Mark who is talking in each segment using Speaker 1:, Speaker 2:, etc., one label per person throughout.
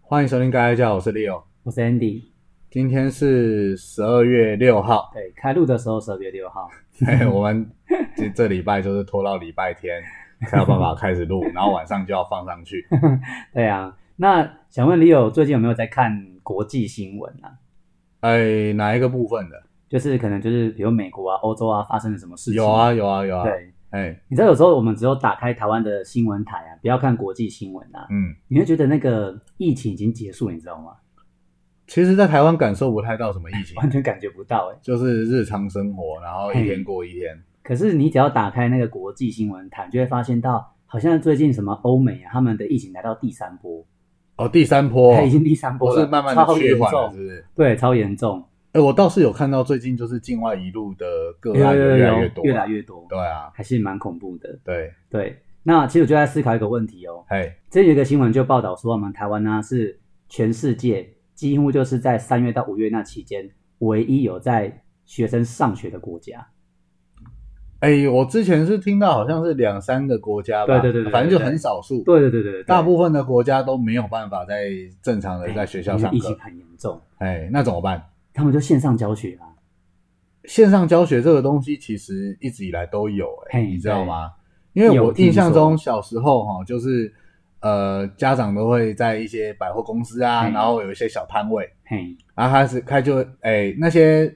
Speaker 1: 欢迎收听《该叫》，我是 Leo。
Speaker 2: 我是 Andy。
Speaker 1: 今天是十二月六 号，
Speaker 2: 对，开录的时候十二月六号，
Speaker 1: 嘿我们这这礼拜就是拖到礼拜天才有办法开 始录，然后晚上就要放上去。
Speaker 2: 对啊。那想问 Leo 最近有没有在看国际新闻啊？
Speaker 1: 哎，哪一个部分的？
Speaker 2: 就是可能就是比如美国啊、欧洲啊发生了什么事情？
Speaker 1: 有啊，有啊，有啊。
Speaker 2: 对，
Speaker 1: 哎，
Speaker 2: 你知道有时候我们只有打开台湾的新闻台啊，不要看国际新闻啊，
Speaker 1: 嗯，
Speaker 2: 你会觉得那个疫情已经结束，你知道吗？
Speaker 1: 其实，在台湾感受不太到什么疫 情，
Speaker 2: 完全感觉不到哎、
Speaker 1: 就是日常生活，然后一天过一天。
Speaker 2: 可是你只要打开那个国际新闻台，你就会发现到好像最近什么欧美啊，他们的疫情来到第三波，
Speaker 1: 哦，第三波
Speaker 2: 它 已经第三波
Speaker 1: 我
Speaker 2: 了，
Speaker 1: 是慢慢的
Speaker 2: 超
Speaker 1: 趋
Speaker 2: 严
Speaker 1: 缓了，是
Speaker 2: 重，
Speaker 1: 不是？
Speaker 2: 对，超严重，
Speaker 1: 哎，我倒是有看到最近就是境外一路的个案
Speaker 2: 有有有
Speaker 1: 越来越多，
Speaker 2: 啊越来越多，
Speaker 1: 对啊，
Speaker 2: 还是蛮恐怖的。
Speaker 1: 对，
Speaker 2: 对，那其实我就在思考一个问题哦。
Speaker 1: 嘿，
Speaker 2: 这有一个新闻就报道说，我们台湾呢、是全世界几乎就是在三月到五月那期间，唯一有在学生上学的国家。
Speaker 1: 哎，我之前是听到好像是两三个国家吧，
Speaker 2: 对对对对对
Speaker 1: 反正就很少数，
Speaker 2: 对对对对对，
Speaker 1: 大部分的国家都没有办法在正常的在学校上
Speaker 2: 哎疫情
Speaker 1: 课，
Speaker 2: 很严重，
Speaker 1: 哎，那怎么办？
Speaker 2: 他们就线上教学啊。
Speaker 1: 线上教学这个东西其实一直以来都有、哎，
Speaker 2: 嘿
Speaker 1: 你知道吗？因为我
Speaker 2: 有听
Speaker 1: 印象
Speaker 2: 说
Speaker 1: 中小时候哈，就是呃，家长都会在一些百货公司啊，
Speaker 2: 嘿
Speaker 1: 然后有一些小摊位，
Speaker 2: 嘿，
Speaker 1: 然后开始开就哎、那些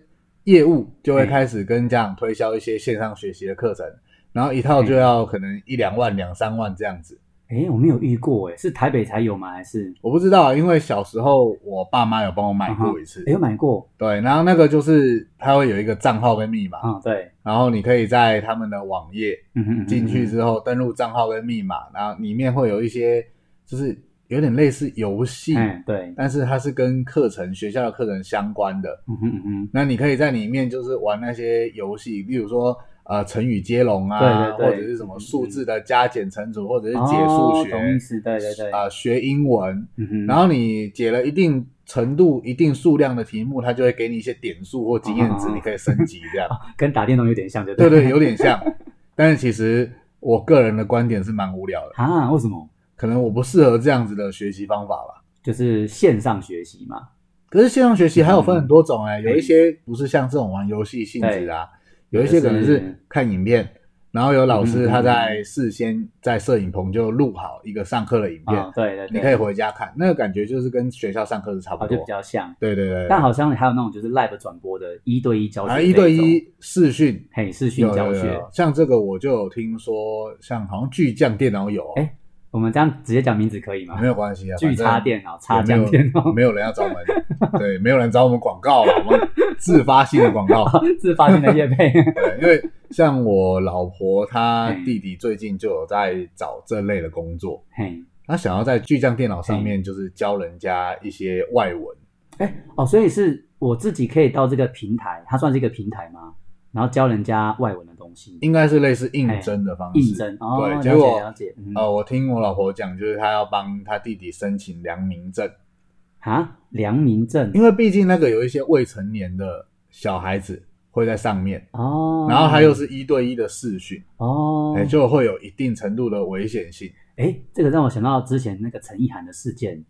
Speaker 1: 业务就会
Speaker 2: 嘿
Speaker 1: 开始跟家长推销一些线上学习的课程，然后一套就
Speaker 2: 嘿
Speaker 1: 要可能一两万、两三万这样子。
Speaker 2: 哎，我没有遇过，哎，是台北才有吗？还是
Speaker 1: 我不知道，啊因为小时候我爸妈有帮我买过一次，
Speaker 2: 诶有买过？
Speaker 1: 对，然后那个就是它会有一个账号跟密码，
Speaker 2: 啊，对，
Speaker 1: 然后你可以在他们的网页
Speaker 2: 嗯哼嗯哼，
Speaker 1: 进去
Speaker 2: 嗯哼
Speaker 1: 之后登录账号跟密码，然后里面会有一些就是有点类似游戏，
Speaker 2: 嗯，对，
Speaker 1: 但是它是跟课程学校的课程相关的。
Speaker 2: 嗯哼嗯哼，
Speaker 1: 那你可以在里面就是玩那些游戏，例如说呃成语接龙啊，
Speaker 2: 对对对
Speaker 1: 或者是什么数字的加减乘除，或者是
Speaker 2: 哦
Speaker 1: 解数学，
Speaker 2: 懂意思，对对对，
Speaker 1: 啊、学英文，
Speaker 2: 嗯哼，
Speaker 1: 然后你解了一定程度、一定数量的题目，它就会给你一些点数或经验值，
Speaker 2: 哦
Speaker 1: 你可以升级这 样。
Speaker 2: 跟打电动有点像，对
Speaker 1: 对
Speaker 2: 对
Speaker 1: 对，有点像。但是其实我个人的观点是蛮无聊的，
Speaker 2: 啊，为什么？
Speaker 1: 可能我不适合这样子的学习方法吧。
Speaker 2: 就是线上学习嘛。
Speaker 1: 可是线上学习还有分很多种哎、
Speaker 2: 嗯
Speaker 1: 有一些不是像这种玩游戏性质的啊，有一些可能是看影片，然后有老
Speaker 2: 嗯
Speaker 1: 师他在事先在摄影棚就录好一个上课的影片，
Speaker 2: 啊，对对对，
Speaker 1: 你可以回家看，那个感觉就是跟学校上课是差不
Speaker 2: 啊，
Speaker 1: 多
Speaker 2: 就比。较像。
Speaker 1: 对对对，
Speaker 2: 但好像还有那种就是 live 转播的，一对一教学，
Speaker 1: 啊，一对，一视讯
Speaker 2: 嘿，视讯
Speaker 1: 有
Speaker 2: 教
Speaker 1: 有
Speaker 2: 学。
Speaker 1: 有，像这个我就有听说，像好像巨匠电脑有哦，
Speaker 2: 哎我们这样直接讲名字可以吗？
Speaker 1: 没有关系啊，
Speaker 2: 巨差
Speaker 1: 反正
Speaker 2: 电脑，
Speaker 1: 也
Speaker 2: 差江电脑，
Speaker 1: 没有没有人要找我们，对，没有人找我们广告了，我们自发性的广 告，
Speaker 2: 自发性的业配。
Speaker 1: 对，因为像我老婆她
Speaker 2: 嗯
Speaker 1: 弟弟最近就有在找这类的工作，
Speaker 2: 嘿，
Speaker 1: 他想要在巨匠电脑上面就是教人家一些外文，
Speaker 2: 哎，哦，所以是我自己可以到这个平台，它算是一个平台吗？然后教人家外文的东西，
Speaker 1: 应该是类似应征的方式，
Speaker 2: 应征哦，
Speaker 1: 对，
Speaker 2: 了
Speaker 1: 结
Speaker 2: 解
Speaker 1: 果
Speaker 2: 了解，嗯
Speaker 1: 呃，我听我老婆讲，就是她要帮她弟弟申请良民证，
Speaker 2: 啊，良民证
Speaker 1: 因为毕竟那个有一些未成年的小孩子会在上面，
Speaker 2: 哦，
Speaker 1: 然后他又是一对一的视讯，
Speaker 2: 哦
Speaker 1: 哎、，就会有一定程度的危险性。
Speaker 2: 哎，这个让我想到之前那个陈意涵的事件，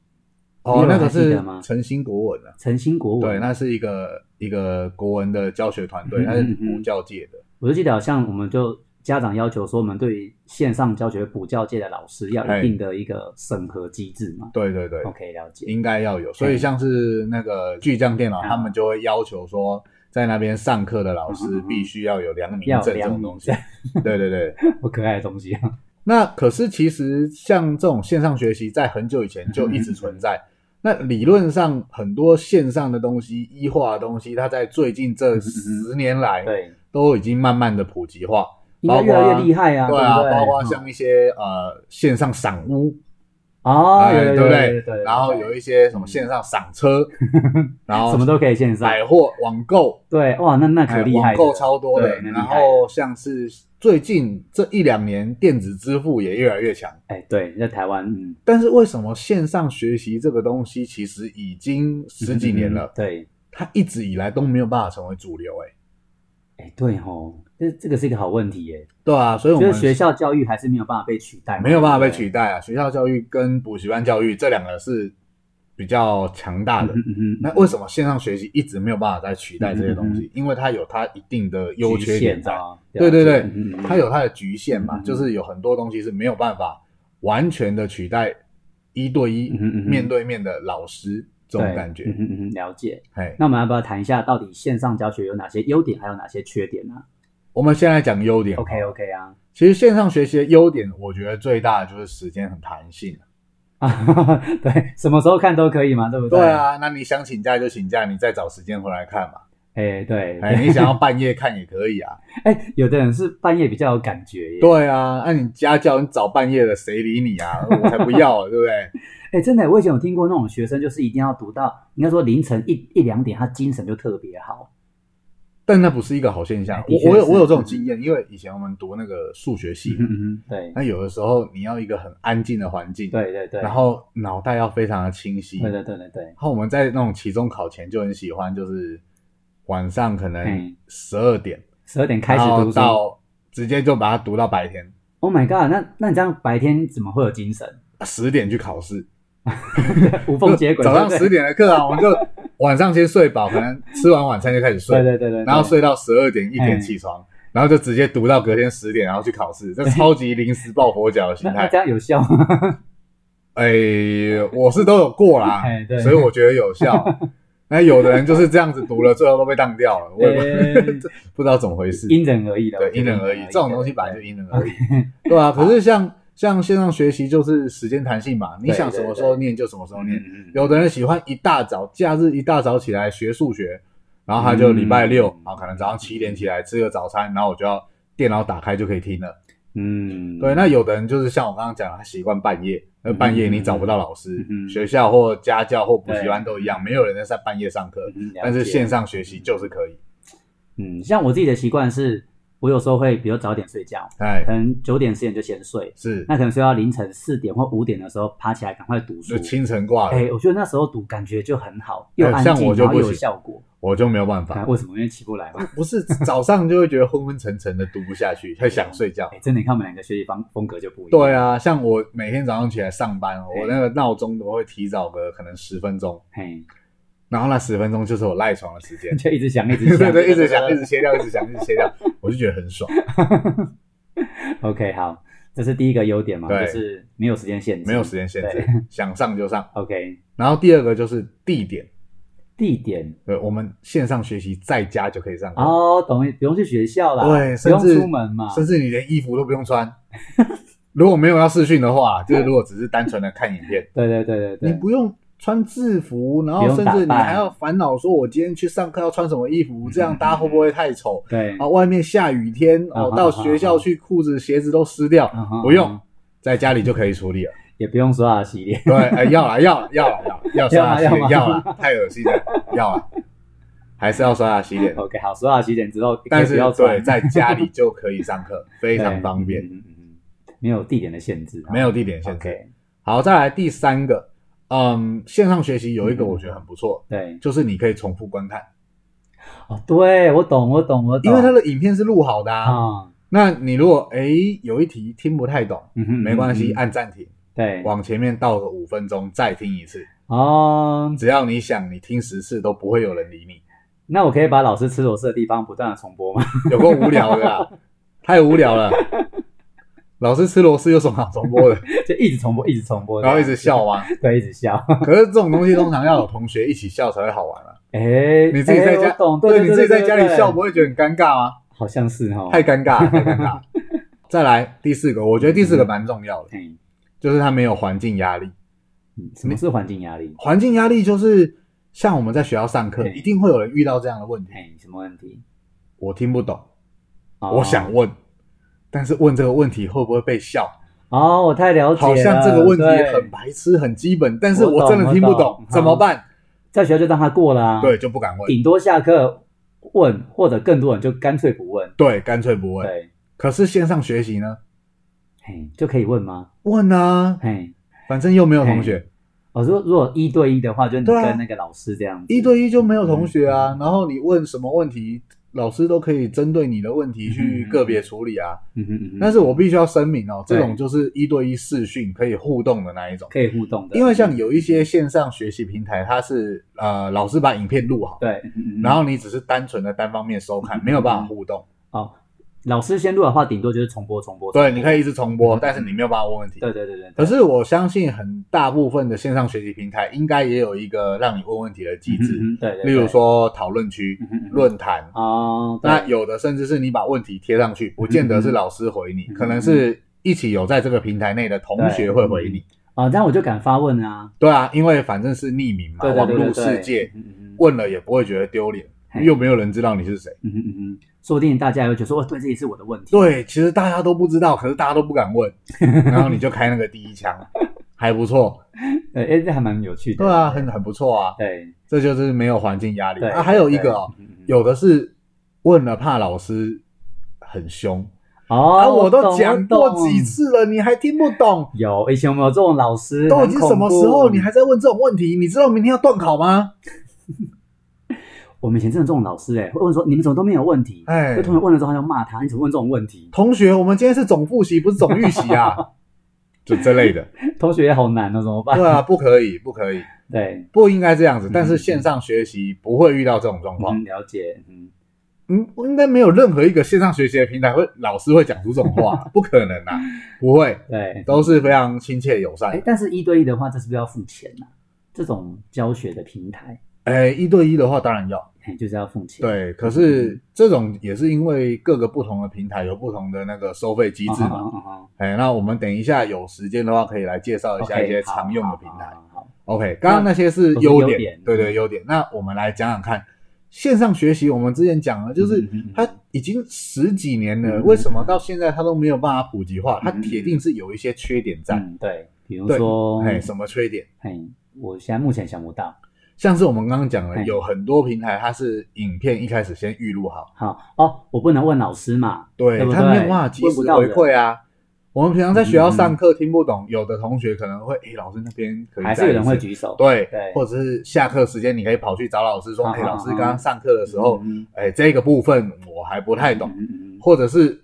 Speaker 1: 哦，
Speaker 2: 你有
Speaker 1: 那个
Speaker 2: 还记
Speaker 1: 是
Speaker 2: 得吗
Speaker 1: 诚心国文啊，
Speaker 2: 诚心国文，
Speaker 1: 对，那是一个一个国文的教学团队，
Speaker 2: 嗯
Speaker 1: 它是
Speaker 2: 嗯嗯
Speaker 1: 补教界的，
Speaker 2: 我就记得好像我们就家长要求说，我们对于线上教学补教界的老师要有一定的一个审核机制嘛。
Speaker 1: 对对对，
Speaker 2: OK，了解。
Speaker 1: 应该要有。所以像是那个巨匠电脑，
Speaker 2: 嗯
Speaker 1: 他们就会要求说。在那边上课的老师
Speaker 2: 嗯嗯嗯
Speaker 1: 必须要有良民
Speaker 2: 要有
Speaker 1: 证这
Speaker 2: 良
Speaker 1: 种
Speaker 2: 民
Speaker 1: 东西， 对对对，
Speaker 2: 好可爱的东西啊！
Speaker 1: 那可是其实像这种线上学习，在很久以前就一直存 在。那理论上，很多线上的东西、医化的东西，它在最近这十年来
Speaker 2: 对，
Speaker 1: 都已经慢慢的普及化。
Speaker 2: 应该越来越厉害啊，
Speaker 1: 对
Speaker 2: 不
Speaker 1: 啊，
Speaker 2: 对？
Speaker 1: 包括像一些呃线上赏屋，
Speaker 2: 哦，
Speaker 1: 哎
Speaker 2: 有有
Speaker 1: 对
Speaker 2: 有
Speaker 1: 不
Speaker 2: 有有对，
Speaker 1: 然后有一些什么线上赏车， 然后
Speaker 2: 什么都可以线上，
Speaker 1: 百货网购，
Speaker 2: 对，哇，那啊那可
Speaker 1: 哎
Speaker 2: 厉
Speaker 1: 网
Speaker 2: 害了，
Speaker 1: 购超多的。
Speaker 2: 对那厉害
Speaker 1: 然后像是最近这一两年，电子支付也越来越强。
Speaker 2: 哎，对，在台湾，嗯，
Speaker 1: 但是为什么线上学习这个东西其实已经十几年了，
Speaker 2: 嗯对，
Speaker 1: 它一直以来都没有办法成为主流、欸？哎，
Speaker 2: 哎，对吼，这这个是一个好问题耶，
Speaker 1: 对啊，所以我
Speaker 2: 就
Speaker 1: 们
Speaker 2: 是学校教育还是没有办法被取代嘛，
Speaker 1: 没有办法被
Speaker 2: 对不对
Speaker 1: 取代啊。学校教育跟补习班教育这两个是比较强大的。
Speaker 2: 嗯嗯嗯，
Speaker 1: 那为什么线上学习一直没有办法再取代这些东西？因为它有它一定的优
Speaker 2: 局
Speaker 1: 缺点
Speaker 2: 限
Speaker 1: 在，
Speaker 2: 啊？
Speaker 1: 对对对
Speaker 2: 了解嗯嗯嗯
Speaker 1: 它有它的局限嘛，
Speaker 2: 嗯
Speaker 1: 就是有很多东西是没有办法完全的取代一对一
Speaker 2: 嗯嗯嗯
Speaker 1: 面对面的老师这种
Speaker 2: 对
Speaker 1: 感觉
Speaker 2: 嗯。嗯嗯，了解。
Speaker 1: 哎，
Speaker 2: 那我们要不要谈一下，到底线上教学有哪些优点，还有哪些缺点呢、
Speaker 1: 我们先来讲优点。
Speaker 2: OK OK 啊，
Speaker 1: 其实线上学习的优点，我觉得最大的就是时间很弹性。
Speaker 2: 啊，对，什么时候看都可以嘛，对不对？
Speaker 1: 对，啊，那你想请假就请假，你再找时间回来看 嘛。
Speaker 2: 哎、对，
Speaker 1: 哎，你想要半夜看也可以 啊。
Speaker 2: 哎、有的人是半夜比较有感觉耶。，
Speaker 1: 对啊，那你家教你早半夜的谁理你啊？我才不要，对不对？
Speaker 2: 哎、真的，我以前有听过那种学生，就是一定要读到，应该说凌晨一一两点，他精神就特别好。
Speaker 1: 但那不是一个好现象
Speaker 2: 哎。的确
Speaker 1: 我我有
Speaker 2: 是
Speaker 1: 我有这种经验，因为以前我们读那个数学系，
Speaker 2: 嗯嗯，对，
Speaker 1: 那有的时候你要一个很安静的环境，，
Speaker 2: 对对对，
Speaker 1: 然后脑袋要非常的清晰。
Speaker 2: 对
Speaker 1: 然
Speaker 2: 对对对对，
Speaker 1: 后我们在那种期中考前就很喜欢，就是晚上可能
Speaker 2: 嗯
Speaker 1: 十二点
Speaker 2: 十二点开始
Speaker 1: 然
Speaker 2: 读
Speaker 1: 后
Speaker 2: 书。
Speaker 1: 到直接就把它读到白天，
Speaker 2: Oh my god，那那你这样白天怎么会有精神？
Speaker 1: 十点去考试，
Speaker 2: 无缝接轨，
Speaker 1: 早上
Speaker 2: 对
Speaker 1: 十
Speaker 2: 不对
Speaker 1: 点的课啊，我们就晚上先睡饱，可能吃完晚餐就开始睡，
Speaker 2: 对对对对，对
Speaker 1: 然后睡到十二点一点
Speaker 2: 嗯
Speaker 1: 起床，然后就直接读到隔天十点，然后去考试，这超级临时抱佛脚的心
Speaker 2: 那那
Speaker 1: 态
Speaker 2: 这。样有效吗？
Speaker 1: 哎、我是都有过啦
Speaker 2: 哎对，
Speaker 1: 所以我觉得有 效。那有的人就是这样子读了，最后都被当掉了，我也不,、
Speaker 2: 哎
Speaker 1: 不知道怎么回事。
Speaker 2: 因人而异的，
Speaker 1: 嗯对，
Speaker 2: 我觉得
Speaker 1: 因人而异，这种东西
Speaker 2: 对
Speaker 1: 本来就因人而异，对啊。可是像像线上学习就是时间弹性嘛，你
Speaker 2: 对
Speaker 1: 想
Speaker 2: 对
Speaker 1: 什么
Speaker 2: 对
Speaker 1: 时候念就什么时候念。
Speaker 2: 嗯嗯
Speaker 1: 有的人喜欢一大早，假日一大早起来学数学，然后他就礼拜六
Speaker 2: 嗯
Speaker 1: 啊，可能早上七点起来吃个早餐，然后我就要电脑打开就可以听了。
Speaker 2: 嗯，
Speaker 1: 对，那有的人就是像我刚刚讲的，他习惯半夜，那半夜你找不到老师
Speaker 2: 嗯，嗯
Speaker 1: 学校或家教或补习班都一样，没有人在半夜上课，
Speaker 2: 嗯了
Speaker 1: 但是
Speaker 2: 解
Speaker 1: 线上学习就是可以。
Speaker 2: 嗯，像我自己的习惯是，我有时候会比如早点睡觉，
Speaker 1: 哎
Speaker 2: 可，能九点十点就先睡，
Speaker 1: 是，
Speaker 2: 那可能睡到凌晨四点或五点的时候爬起来赶快读书
Speaker 1: 就。清晨挂
Speaker 2: 哎、
Speaker 1: 了，
Speaker 2: 我觉得那时候读感觉就很好，又
Speaker 1: 哎
Speaker 2: 安
Speaker 1: 像
Speaker 2: 静，
Speaker 1: 我就
Speaker 2: 然后
Speaker 1: 不
Speaker 2: 又有
Speaker 1: 行嗯
Speaker 2: 效果。
Speaker 1: 我就没有办
Speaker 2: 啊
Speaker 1: 法，
Speaker 2: 为什么？因为起不来嘛。
Speaker 1: 不是早上就会觉得昏昏沉沉的读不下去，会想睡觉
Speaker 2: 哎、。真的，你看我们两个学习方风格就不一样。
Speaker 1: 对，啊，像我每天早上起来上班，
Speaker 2: 哎
Speaker 1: 我那个闹钟都会提早个可能十分钟，
Speaker 2: 嘿，，
Speaker 1: 然后那十分钟就是我赖床的时间
Speaker 2: 就一直 想，一直
Speaker 1: 对
Speaker 2: 想，
Speaker 1: 对对，一直想，一直切掉，一直想，一直切掉，我就觉得很爽，
Speaker 2: OK，好，这是第一个优点嘛，
Speaker 1: 对
Speaker 2: 就是没有时间限制，
Speaker 1: 没有时间限制
Speaker 2: 对，
Speaker 1: 想上就上。
Speaker 2: OK，
Speaker 1: 然后第二个就是地点，
Speaker 2: 地点
Speaker 1: 对，我们线上学习在家就可以上课，
Speaker 2: 哦，懂，不用去学校啦，
Speaker 1: 对，
Speaker 2: 不
Speaker 1: 甚
Speaker 2: 用
Speaker 1: 至
Speaker 2: 出门嘛，
Speaker 1: 甚至你连衣服都不用 穿。如果没有要视讯的话，就是如果只是单纯的看影片，
Speaker 2: 对对对对 对，
Speaker 1: 你不用穿制服，然后
Speaker 2: 不用
Speaker 1: 甚
Speaker 2: 打
Speaker 1: 至你
Speaker 2: 扮
Speaker 1: 还要烦恼说，我今天去上课要穿什么衣服，这样大家会不会太丑？
Speaker 2: 对
Speaker 1: 啊，外面下雨天哦
Speaker 2: 啊，哈
Speaker 1: 到学校去裤子鞋子都湿掉
Speaker 2: 啊哈，
Speaker 1: 不用
Speaker 2: 啊，
Speaker 1: 在家里就可以处理了。
Speaker 2: 也不用说啊，洗脸，
Speaker 1: 对，哎，要了，要了，要了，要了，要刷牙洗
Speaker 2: 要吗
Speaker 1: 脸，
Speaker 2: 要
Speaker 1: 要
Speaker 2: 吗
Speaker 1: 了，太恶心了，要了，还是要刷牙洗脸。
Speaker 2: OK，好，说到洗脸之后，
Speaker 1: 但
Speaker 2: 可以
Speaker 1: 是
Speaker 2: 不要
Speaker 1: 对，
Speaker 2: 穿，
Speaker 1: 在家里就可以上课，非常方便，
Speaker 2: 对，嗯嗯嗯嗯没有地点的限制，啊
Speaker 1: 没有地点限制。
Speaker 2: OK，
Speaker 1: 好，再来第三个，嗯，线上学习有一个我觉得很不错，
Speaker 2: 对，
Speaker 1: 就是你可以重复观看，
Speaker 2: 哦，对我懂，我懂，我懂，
Speaker 1: 因为它的影片是录好的啊。
Speaker 2: 啊，
Speaker 1: 那你如果诶有一题听不太懂，
Speaker 2: 嗯哼
Speaker 1: 没关系，
Speaker 2: 嗯哼
Speaker 1: 按暂停，
Speaker 2: 对，
Speaker 1: 往前面倒个五分钟再听一次。
Speaker 2: 哦，
Speaker 1: 只要你想，你听十次都不会有人理你，
Speaker 2: 那我可以把老师吃螺丝的地方不断的重播吗？
Speaker 1: 有够无聊的啦，太无聊了。老师吃螺丝有什么好重播的？
Speaker 2: 就一直重播，一直重播，
Speaker 1: 然后一直笑吗？
Speaker 2: 对，一直笑。
Speaker 1: 可是这种东西通常要有同学一起笑才会好玩啊。
Speaker 2: 哎、
Speaker 1: 你自己在
Speaker 2: 哎
Speaker 1: 家
Speaker 2: 我，懂，对
Speaker 1: 你自己在家里笑，不
Speaker 2: 不？
Speaker 1: 会觉得很尴尬吗？
Speaker 2: 好像是哦。
Speaker 1: 太尴尬了，太尴尬了。再来第四个，我觉得第
Speaker 2: 嗯
Speaker 1: 四个蛮重要的，
Speaker 2: 哎
Speaker 1: 就是它没有环境压力。
Speaker 2: 嗯什么是环境压力？
Speaker 1: 环境压力就是像我们在学校上课，
Speaker 2: 嗯
Speaker 1: 一定会有人遇到这样的问题，
Speaker 2: 哎，什么问题？
Speaker 1: 我听不懂，
Speaker 2: 哦
Speaker 1: 我想问，但是问这个问题会不会被笑？
Speaker 2: 哦，我太了解了，
Speaker 1: 好像这个问题
Speaker 2: 对
Speaker 1: 很白痴、很基本，但是
Speaker 2: 我
Speaker 1: 我
Speaker 2: 懂
Speaker 1: 真的听不
Speaker 2: 我
Speaker 1: 懂
Speaker 2: 懂，嗯
Speaker 1: 怎么办？
Speaker 2: 在学校就让他过啦、
Speaker 1: 对，，就不敢问，
Speaker 2: 顶多下课问，或者更多人就干脆不问。
Speaker 1: 对，干脆不问。
Speaker 2: 对，
Speaker 1: 可是线上学习呢？
Speaker 2: 嘿，就可以问吗？
Speaker 1: 问啊，
Speaker 2: 嘿，
Speaker 1: 反正又没有同学，
Speaker 2: 我、哦、说如果一对一的话，就你
Speaker 1: 对啊
Speaker 2: 跟那个老师这样子，
Speaker 1: 一对一就没有同学啊。然后你问什么问题，老师都可以针对你的问题去
Speaker 2: 嗯
Speaker 1: 个别处理啊。
Speaker 2: 嗯哼嗯哼，
Speaker 1: 但是我必须要声明哦，这
Speaker 2: 对
Speaker 1: 种就是一对一视讯可以互动的那一种，
Speaker 2: 可以互动的，
Speaker 1: 因为像有一些线上学习平台，它是呃老师把影片录好，
Speaker 2: 对，嗯嗯嗯
Speaker 1: 然后你只是单纯的单方面收看，没有办法互动。
Speaker 2: 哦，老师先录的话，顶多就是重播重播，
Speaker 1: 对，你可以一直重播
Speaker 2: 嗯，
Speaker 1: 但是你没有办法问问题。
Speaker 2: 对对对对，
Speaker 1: 可是我相信很大部分的线上学习平台应该也有一个让你问问题的机制，
Speaker 2: 嗯哼对对，
Speaker 1: 例如说讨论区、论坛。
Speaker 2: 啊，对
Speaker 1: 那有的甚至是你把问题贴上去，不见得是老师回你，
Speaker 2: 嗯
Speaker 1: 可能是一起有在这个平台内的同学会回你。
Speaker 2: 啊，这样我就敢发问啊，
Speaker 1: 对啊，因为反正是匿名嘛，
Speaker 2: 对对对
Speaker 1: 网
Speaker 2: 对
Speaker 1: 络
Speaker 2: 对
Speaker 1: 世界，
Speaker 2: 嗯嗯嗯
Speaker 1: 问了也不会觉得丢脸，
Speaker 2: 嘿
Speaker 1: 又没有人知道你是谁。
Speaker 2: 嗯哼嗯哼，说不定大家也会觉得说，哦，对，这也是我的问题，
Speaker 1: 对，其实大家都不知道，可是大家都不敢 问，然后你就开那个第一枪，还不错。
Speaker 2: 对，哎，这还蛮有趣的，
Speaker 1: 对啊，很很不错啊，
Speaker 2: 对
Speaker 1: 这就是没有环境压力
Speaker 2: 对
Speaker 1: 啊。还有一个哦，
Speaker 2: 对嗯嗯嗯
Speaker 1: 有的是问了怕老师很凶
Speaker 2: 哦，
Speaker 1: 啊，我
Speaker 2: 懂
Speaker 1: 都讲过
Speaker 2: 懂
Speaker 1: 几次了，你还听不懂？
Speaker 2: 有以前我们有这种老师，
Speaker 1: 都已经
Speaker 2: 很恐
Speaker 1: 什么时候，
Speaker 2: 怖
Speaker 1: 你还在问这种问题？你知道明天要断考吗？
Speaker 2: 我们以前真的有这种老师哎、会问说你们怎么都没有问题，
Speaker 1: 哎
Speaker 2: 就，同学问了之后他就骂他，你怎么问这种问题？
Speaker 1: 同学，我们今天是总复习，不是总预习 啊，就这类的。
Speaker 2: 同学也好难哦，怎么办？
Speaker 1: 对啊，不可以，不可以，
Speaker 2: 对，
Speaker 1: 不应该这样子
Speaker 2: 嗯。
Speaker 1: 但是线上学习不会遇到这种状况，
Speaker 2: 嗯，了解，嗯，
Speaker 1: 嗯，应该没有任何一个线上学习的平台会老师会讲出这种话，不可能啊，不会，
Speaker 2: 对，
Speaker 1: 都是非常亲切友善
Speaker 2: 哎，。但是一对一的话，这是不是要付钱啊？这种教学的平台，
Speaker 1: 哎，一对一的话当然要
Speaker 2: 哎，就是要付钱，
Speaker 1: 对，可是这种也是因为各个不同的平台有不同的那个收费机
Speaker 2: 啊，
Speaker 1: 制嘛。
Speaker 2: 啊啊啊
Speaker 1: 哎，那我们等一下有时间的话，可以来介绍一下
Speaker 2: OK，
Speaker 1: 一些
Speaker 2: 好
Speaker 1: 常用的平
Speaker 2: 好
Speaker 1: 台。
Speaker 2: 好好好
Speaker 1: OK，刚刚那些是
Speaker 2: 都是
Speaker 1: 优
Speaker 2: 优
Speaker 1: 点，
Speaker 2: 点
Speaker 1: 对对优点。那我们来讲讲看，线上学习我们之前讲了，就是
Speaker 2: 嗯嗯嗯
Speaker 1: 它已经十几年了，
Speaker 2: 嗯
Speaker 1: 为什么到现在它都没有办法普及化？它
Speaker 2: 嗯嗯
Speaker 1: 铁定是有一些缺点在。
Speaker 2: 嗯，对，比如
Speaker 1: 对
Speaker 2: 说，
Speaker 1: 哎，什么缺点？
Speaker 2: 嘿，我现在目前想不到。
Speaker 1: 像是我们刚刚讲了，
Speaker 2: 哎
Speaker 1: 有很多平台它是影片一开始先预录好，
Speaker 2: 好哦，我不能问老师嘛，
Speaker 1: 对
Speaker 2: 对不
Speaker 1: 它没有办法
Speaker 2: 对
Speaker 1: 及
Speaker 2: 问
Speaker 1: 时
Speaker 2: 不到
Speaker 1: 回
Speaker 2: 人
Speaker 1: 馈啊。我们平常在学校
Speaker 2: 嗯嗯嗯
Speaker 1: 上课听不懂，有的同学可能会，哎，老师那边可以
Speaker 2: 还是
Speaker 1: 再
Speaker 2: 有
Speaker 1: 一
Speaker 2: 人会
Speaker 1: 次
Speaker 2: 举手。
Speaker 1: 对
Speaker 2: 对
Speaker 1: 或者是下课时间你可以跑去找老师说，
Speaker 2: 好
Speaker 1: 哎，
Speaker 2: 好
Speaker 1: 老师
Speaker 2: 好
Speaker 1: 刚刚上课的时候。
Speaker 2: 嗯
Speaker 1: 哎，这个部分我还不太懂，
Speaker 2: 嗯嗯嗯
Speaker 1: 或者是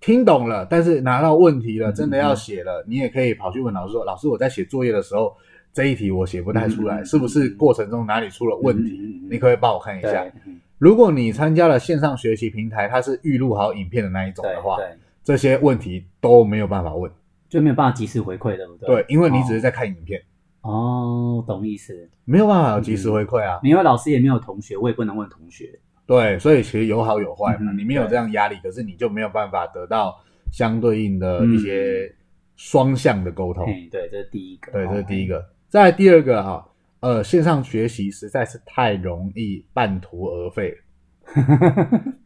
Speaker 1: 听懂了，但是拿到问题了，
Speaker 2: 嗯
Speaker 1: 真的要写了，你也可以跑去问老师说：“老师，我在写作业的时候，这一题我写不太出来，
Speaker 2: 嗯
Speaker 1: 是不是过程中哪里出了问题？
Speaker 2: 嗯嗯嗯嗯
Speaker 1: 你可不可以帮我看一
Speaker 2: 对
Speaker 1: 下。
Speaker 2: 嗯”
Speaker 1: 如果你参加了线上学习平台，它是预录好影片的那一种
Speaker 2: 对
Speaker 1: 的话，
Speaker 2: 对，
Speaker 1: 这些问题都没有办法问。
Speaker 2: 就没有办法及时回馈，对不对？
Speaker 1: 对，因为你只是在看影片，
Speaker 2: 哦，懂意思。
Speaker 1: 没有办法有及时回馈啊。
Speaker 2: 没有老师也没有同学，我也不能问同学。
Speaker 1: 对，所以其实有好有坏嘛。
Speaker 2: 嗯
Speaker 1: 你没有这样压力，可是你就没有办法得到相对应的一些双向的沟通。
Speaker 2: 嗯嘿，哦对，这是第一个。
Speaker 1: 对，这是第一
Speaker 2: 个。
Speaker 1: 个。再来第二个哈、呃，线上学习实在是太容易半途而 废了。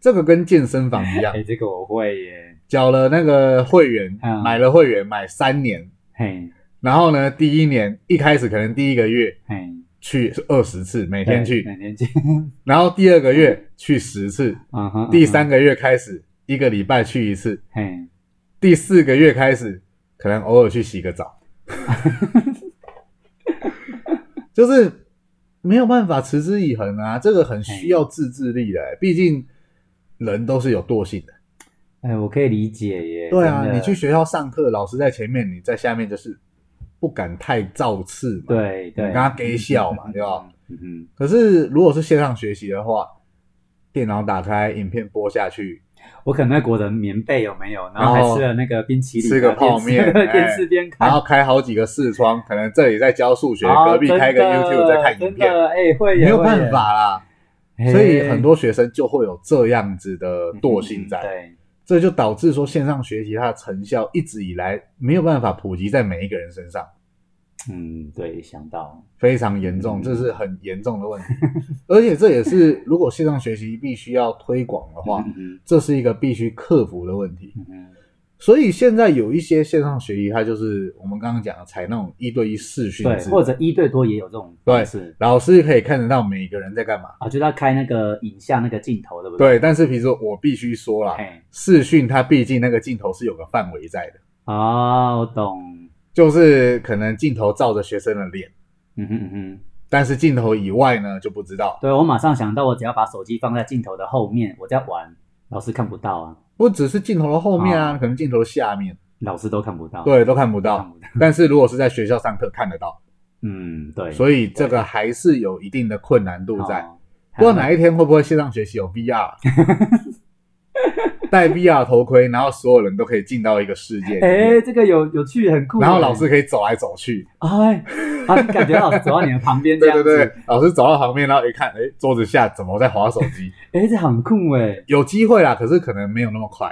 Speaker 1: 这个跟健身房一样
Speaker 2: 哎，，这个我会耶。
Speaker 1: 缴了那个会员，
Speaker 2: 嗯
Speaker 1: 买了会员，买三年，
Speaker 2: 嘿，
Speaker 1: 然后呢，第一年一开始可能第一个月
Speaker 2: 嘿，
Speaker 1: 去二十次，每天
Speaker 2: 对
Speaker 1: 去，
Speaker 2: 每天去。
Speaker 1: 然后第二个月去十次，
Speaker 2: 嗯哼。
Speaker 1: 第
Speaker 2: 嗯哼，
Speaker 1: 三个月开始一个礼拜去一次，
Speaker 2: 嘿，
Speaker 1: 第四个月开始，可能偶尔去洗个 澡，就是没有办法持之以恒啊，这个很需要自制力的、毕竟人都是有惰性的。
Speaker 2: 哎，我可以理解耶。
Speaker 1: 对啊，
Speaker 2: 真的
Speaker 1: 你去。学校上课，老师在前面，你在下面，就是不敢太造次嘛。，
Speaker 2: 对对。
Speaker 1: 你跟他给笑嘛对吧
Speaker 2: 嗯？嗯
Speaker 1: 可是如果是线上学习的话，电脑打开，影片播下去，
Speaker 2: 哼，我可能会裹着棉被，有没有？然后还
Speaker 1: 然后
Speaker 2: 吃了那个冰淇淋啊，
Speaker 1: 吃个
Speaker 2: 边
Speaker 1: 泡 面哎
Speaker 2: 边吃边看
Speaker 1: 然。后开好几个视窗，可能这里在教数学，
Speaker 2: 哦
Speaker 1: 隔壁开个
Speaker 2: 真的
Speaker 1: YouTube 在看影
Speaker 2: 真
Speaker 1: 片，
Speaker 2: 的哎、会耶
Speaker 1: 没有
Speaker 2: 会
Speaker 1: 办
Speaker 2: 耶
Speaker 1: 法啦。
Speaker 2: 嘿
Speaker 1: 所以很多学生就会有这样子的惰性
Speaker 2: 嗯
Speaker 1: 在，
Speaker 2: 对，
Speaker 1: 这就导致说线上学习它的成效一直以来没有办法普及在每一个人身上，
Speaker 2: 嗯，对，想到，
Speaker 1: 非常严重，
Speaker 2: 嗯
Speaker 1: 这是很严重的问题。 而且这也是如果线上学习必须要推广的话，
Speaker 2: 嗯
Speaker 1: 这是一个必须克服的问题。
Speaker 2: 嗯嗯
Speaker 1: 所以现在有一些线上学习，它就是我们刚刚讲的采那种一对一视讯
Speaker 2: 对，
Speaker 1: 制，
Speaker 2: 或者一对多也有这种
Speaker 1: 对
Speaker 2: 方式
Speaker 1: 老师可以看得到每个人在干嘛。
Speaker 2: 啊，就是要开那个影像那个镜头，对不对？
Speaker 1: 对，但是其实我必须说啦，
Speaker 2: 哎，
Speaker 1: 视讯它毕竟那个镜头是有个范围在的。
Speaker 2: 哦，我懂，
Speaker 1: 就是可能镜头照着学生的脸，
Speaker 2: 嗯哼嗯哼，
Speaker 1: 但是镜头以外呢就不知道。
Speaker 2: 对我马上想到，我只要把手机放在镜头的后面，我在玩，老师看不到啊，
Speaker 1: 不只是镜头的后面
Speaker 2: 哦
Speaker 1: 啊，可能镜头的下面，
Speaker 2: 老师都看不到。，
Speaker 1: 对，都看不到
Speaker 2: 看。不到。
Speaker 1: 但是如果是在学校上课看得到，
Speaker 2: 嗯，对。
Speaker 1: 所以这个还是有一定的困难度在。
Speaker 2: 哦
Speaker 1: 不知道哪一天会不会线上学习有 VR，戴 VR 头盔，然后所有人都可以进到一个世界里面，
Speaker 2: 哎，这个有有趣，很酷。
Speaker 1: 然后老师可以走来走去，
Speaker 2: 哎，啊，感觉老师走到你的旁边这
Speaker 1: 对
Speaker 2: 样
Speaker 1: 对
Speaker 2: 子，
Speaker 1: 对，老师走到旁边，然后一看，哎，桌子下怎么在划手机？
Speaker 2: 哎，这很酷哎，
Speaker 1: 有机会啦，可是可能没有那么快。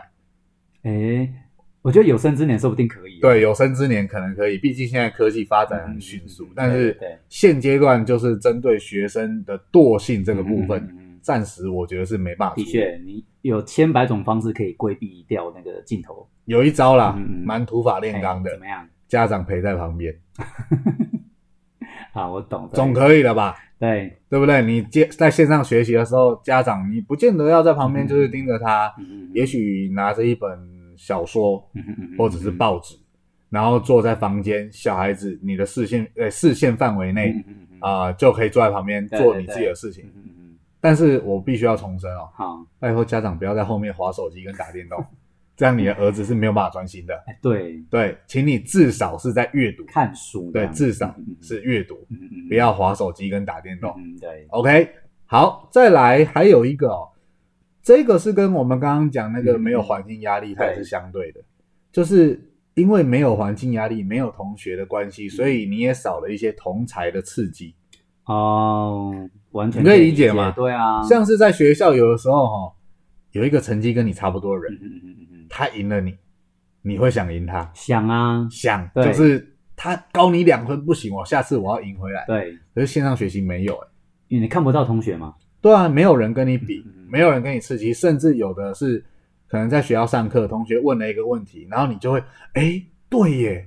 Speaker 2: 哎，我觉得有生之年说不定可以。啊
Speaker 1: 对，有生之年可能可以，毕竟现在科技发展很迅速，但是
Speaker 2: 嗯对对
Speaker 1: 现阶段就是针对学生的惰性这
Speaker 2: 这
Speaker 1: 个部分，暂时我觉得是没办法。
Speaker 2: 嗯的，确，你有千百种方式可以规避掉那个镜头。
Speaker 1: 有一招啦，
Speaker 2: 嗯嗯嗯
Speaker 1: 蛮土法炼钢
Speaker 2: 哎
Speaker 1: 的
Speaker 2: 怎，么样？
Speaker 1: 家长陪在旁边，
Speaker 2: 好，啊我懂。对
Speaker 1: 总可以了吧？
Speaker 2: 对，
Speaker 1: 对不对？你接在线上学习的时候，家长你不见得要在旁边，
Speaker 2: 嗯
Speaker 1: 就是盯着他，
Speaker 2: 嗯嗯
Speaker 1: 也许拿着一本小说
Speaker 2: 嗯嗯嗯
Speaker 1: 或者是报纸，然后坐在房间，小孩子你的视线呃视线范围内
Speaker 2: 嗯嗯嗯嗯
Speaker 1: 啊、就可以坐在旁边
Speaker 2: 对
Speaker 1: 做
Speaker 2: 对
Speaker 1: 你
Speaker 2: 对
Speaker 1: 自己的事情
Speaker 2: 嗯。嗯嗯，
Speaker 1: 但是我必须要重申哦，
Speaker 2: 好，
Speaker 1: 拜托家长不要在后面划手机跟打电动，这样你的儿子是没有办法专心的。
Speaker 2: 哎，对，
Speaker 1: 对，请你至少是在阅读，
Speaker 2: 看书这
Speaker 1: 对，
Speaker 2: 样子，
Speaker 1: 至少
Speaker 2: 嗯嗯嗯
Speaker 1: 是阅读，
Speaker 2: 嗯嗯嗯，
Speaker 1: 不要划手机跟打电动。
Speaker 2: 嗯，嗯对，
Speaker 1: OK，好，再来还有一个哦，这个是跟我们刚刚讲那个
Speaker 2: 嗯
Speaker 1: 没有环境压力，它也是相对的，就是因为没有环境压力，没有同学的关
Speaker 2: 嗯
Speaker 1: 系，所以你也少了一些同才的刺激。
Speaker 2: 哦，完全
Speaker 1: 你可以理
Speaker 2: 理
Speaker 1: 解吗
Speaker 2: 对啊，
Speaker 1: 像是在学校有的时候哈、哦，有一个成绩跟你差不多的
Speaker 2: 嗯
Speaker 1: 人，
Speaker 2: 嗯嗯嗯嗯嗯，
Speaker 1: 他赢了你，你会想赢他，
Speaker 2: 想啊，
Speaker 1: 想
Speaker 2: 对
Speaker 1: 就是他高你两分不行，我下次我要赢回来。
Speaker 2: 对，
Speaker 1: 可是线上学习没有、欸，
Speaker 2: 因为你看不到同学嘛，
Speaker 1: 对啊，没有人跟你比
Speaker 2: 嗯嗯，嗯
Speaker 1: 没有人跟你刺激，甚至有的是可能在学校上课，同学问了一个问题，然后你就会，哎，对耶，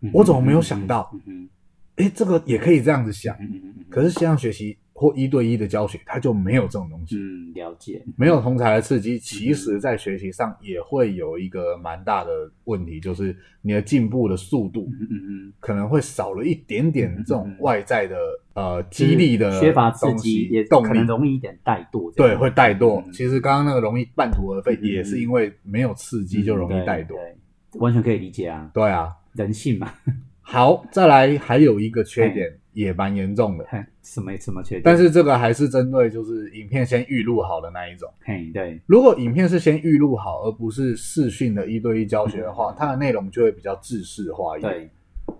Speaker 2: 嗯
Speaker 1: 我怎么没有想到？
Speaker 2: 嗯嗯
Speaker 1: 哎，这个也可以这样子想
Speaker 2: 嗯。嗯嗯嗯，
Speaker 1: 可
Speaker 2: 是
Speaker 1: 是线上学习或一对一的教学，它就没有这种东西，
Speaker 2: 嗯，了解，
Speaker 1: 没有同才的刺激，其实在学习上也会有一个蛮大的问题，就是你的进步的速度
Speaker 2: 嗯嗯嗯，
Speaker 1: 可能会少了一点点这种
Speaker 2: 嗯嗯嗯
Speaker 1: 外在的呃激励的
Speaker 2: 缺乏刺
Speaker 1: 东
Speaker 2: 激，
Speaker 1: 西
Speaker 2: 也
Speaker 1: 动
Speaker 2: 可
Speaker 1: 力
Speaker 2: 能容易一点怠惰这
Speaker 1: 对，
Speaker 2: 样，
Speaker 1: 会怠惰。
Speaker 2: 嗯
Speaker 1: 其实刚刚那个容易半途而废，
Speaker 2: 嗯
Speaker 1: 也是因为没有刺激就容易
Speaker 2: 嗯
Speaker 1: 怠惰。，
Speaker 2: 对对完全可以理解啊，
Speaker 1: 对啊，
Speaker 2: 人性嘛，
Speaker 1: 好，再来还有一个缺点
Speaker 2: 嗯
Speaker 1: 也蛮严重的，
Speaker 2: 嘿什么什么缺点，
Speaker 1: 但是这个还是针对就是影片先预录好的那一种。
Speaker 2: 嘿，对，
Speaker 1: 如果影片是先预录好，而不是视讯的一对一教学的话
Speaker 2: 嗯，
Speaker 1: 它的内容就会比较制式化一点，
Speaker 2: 对，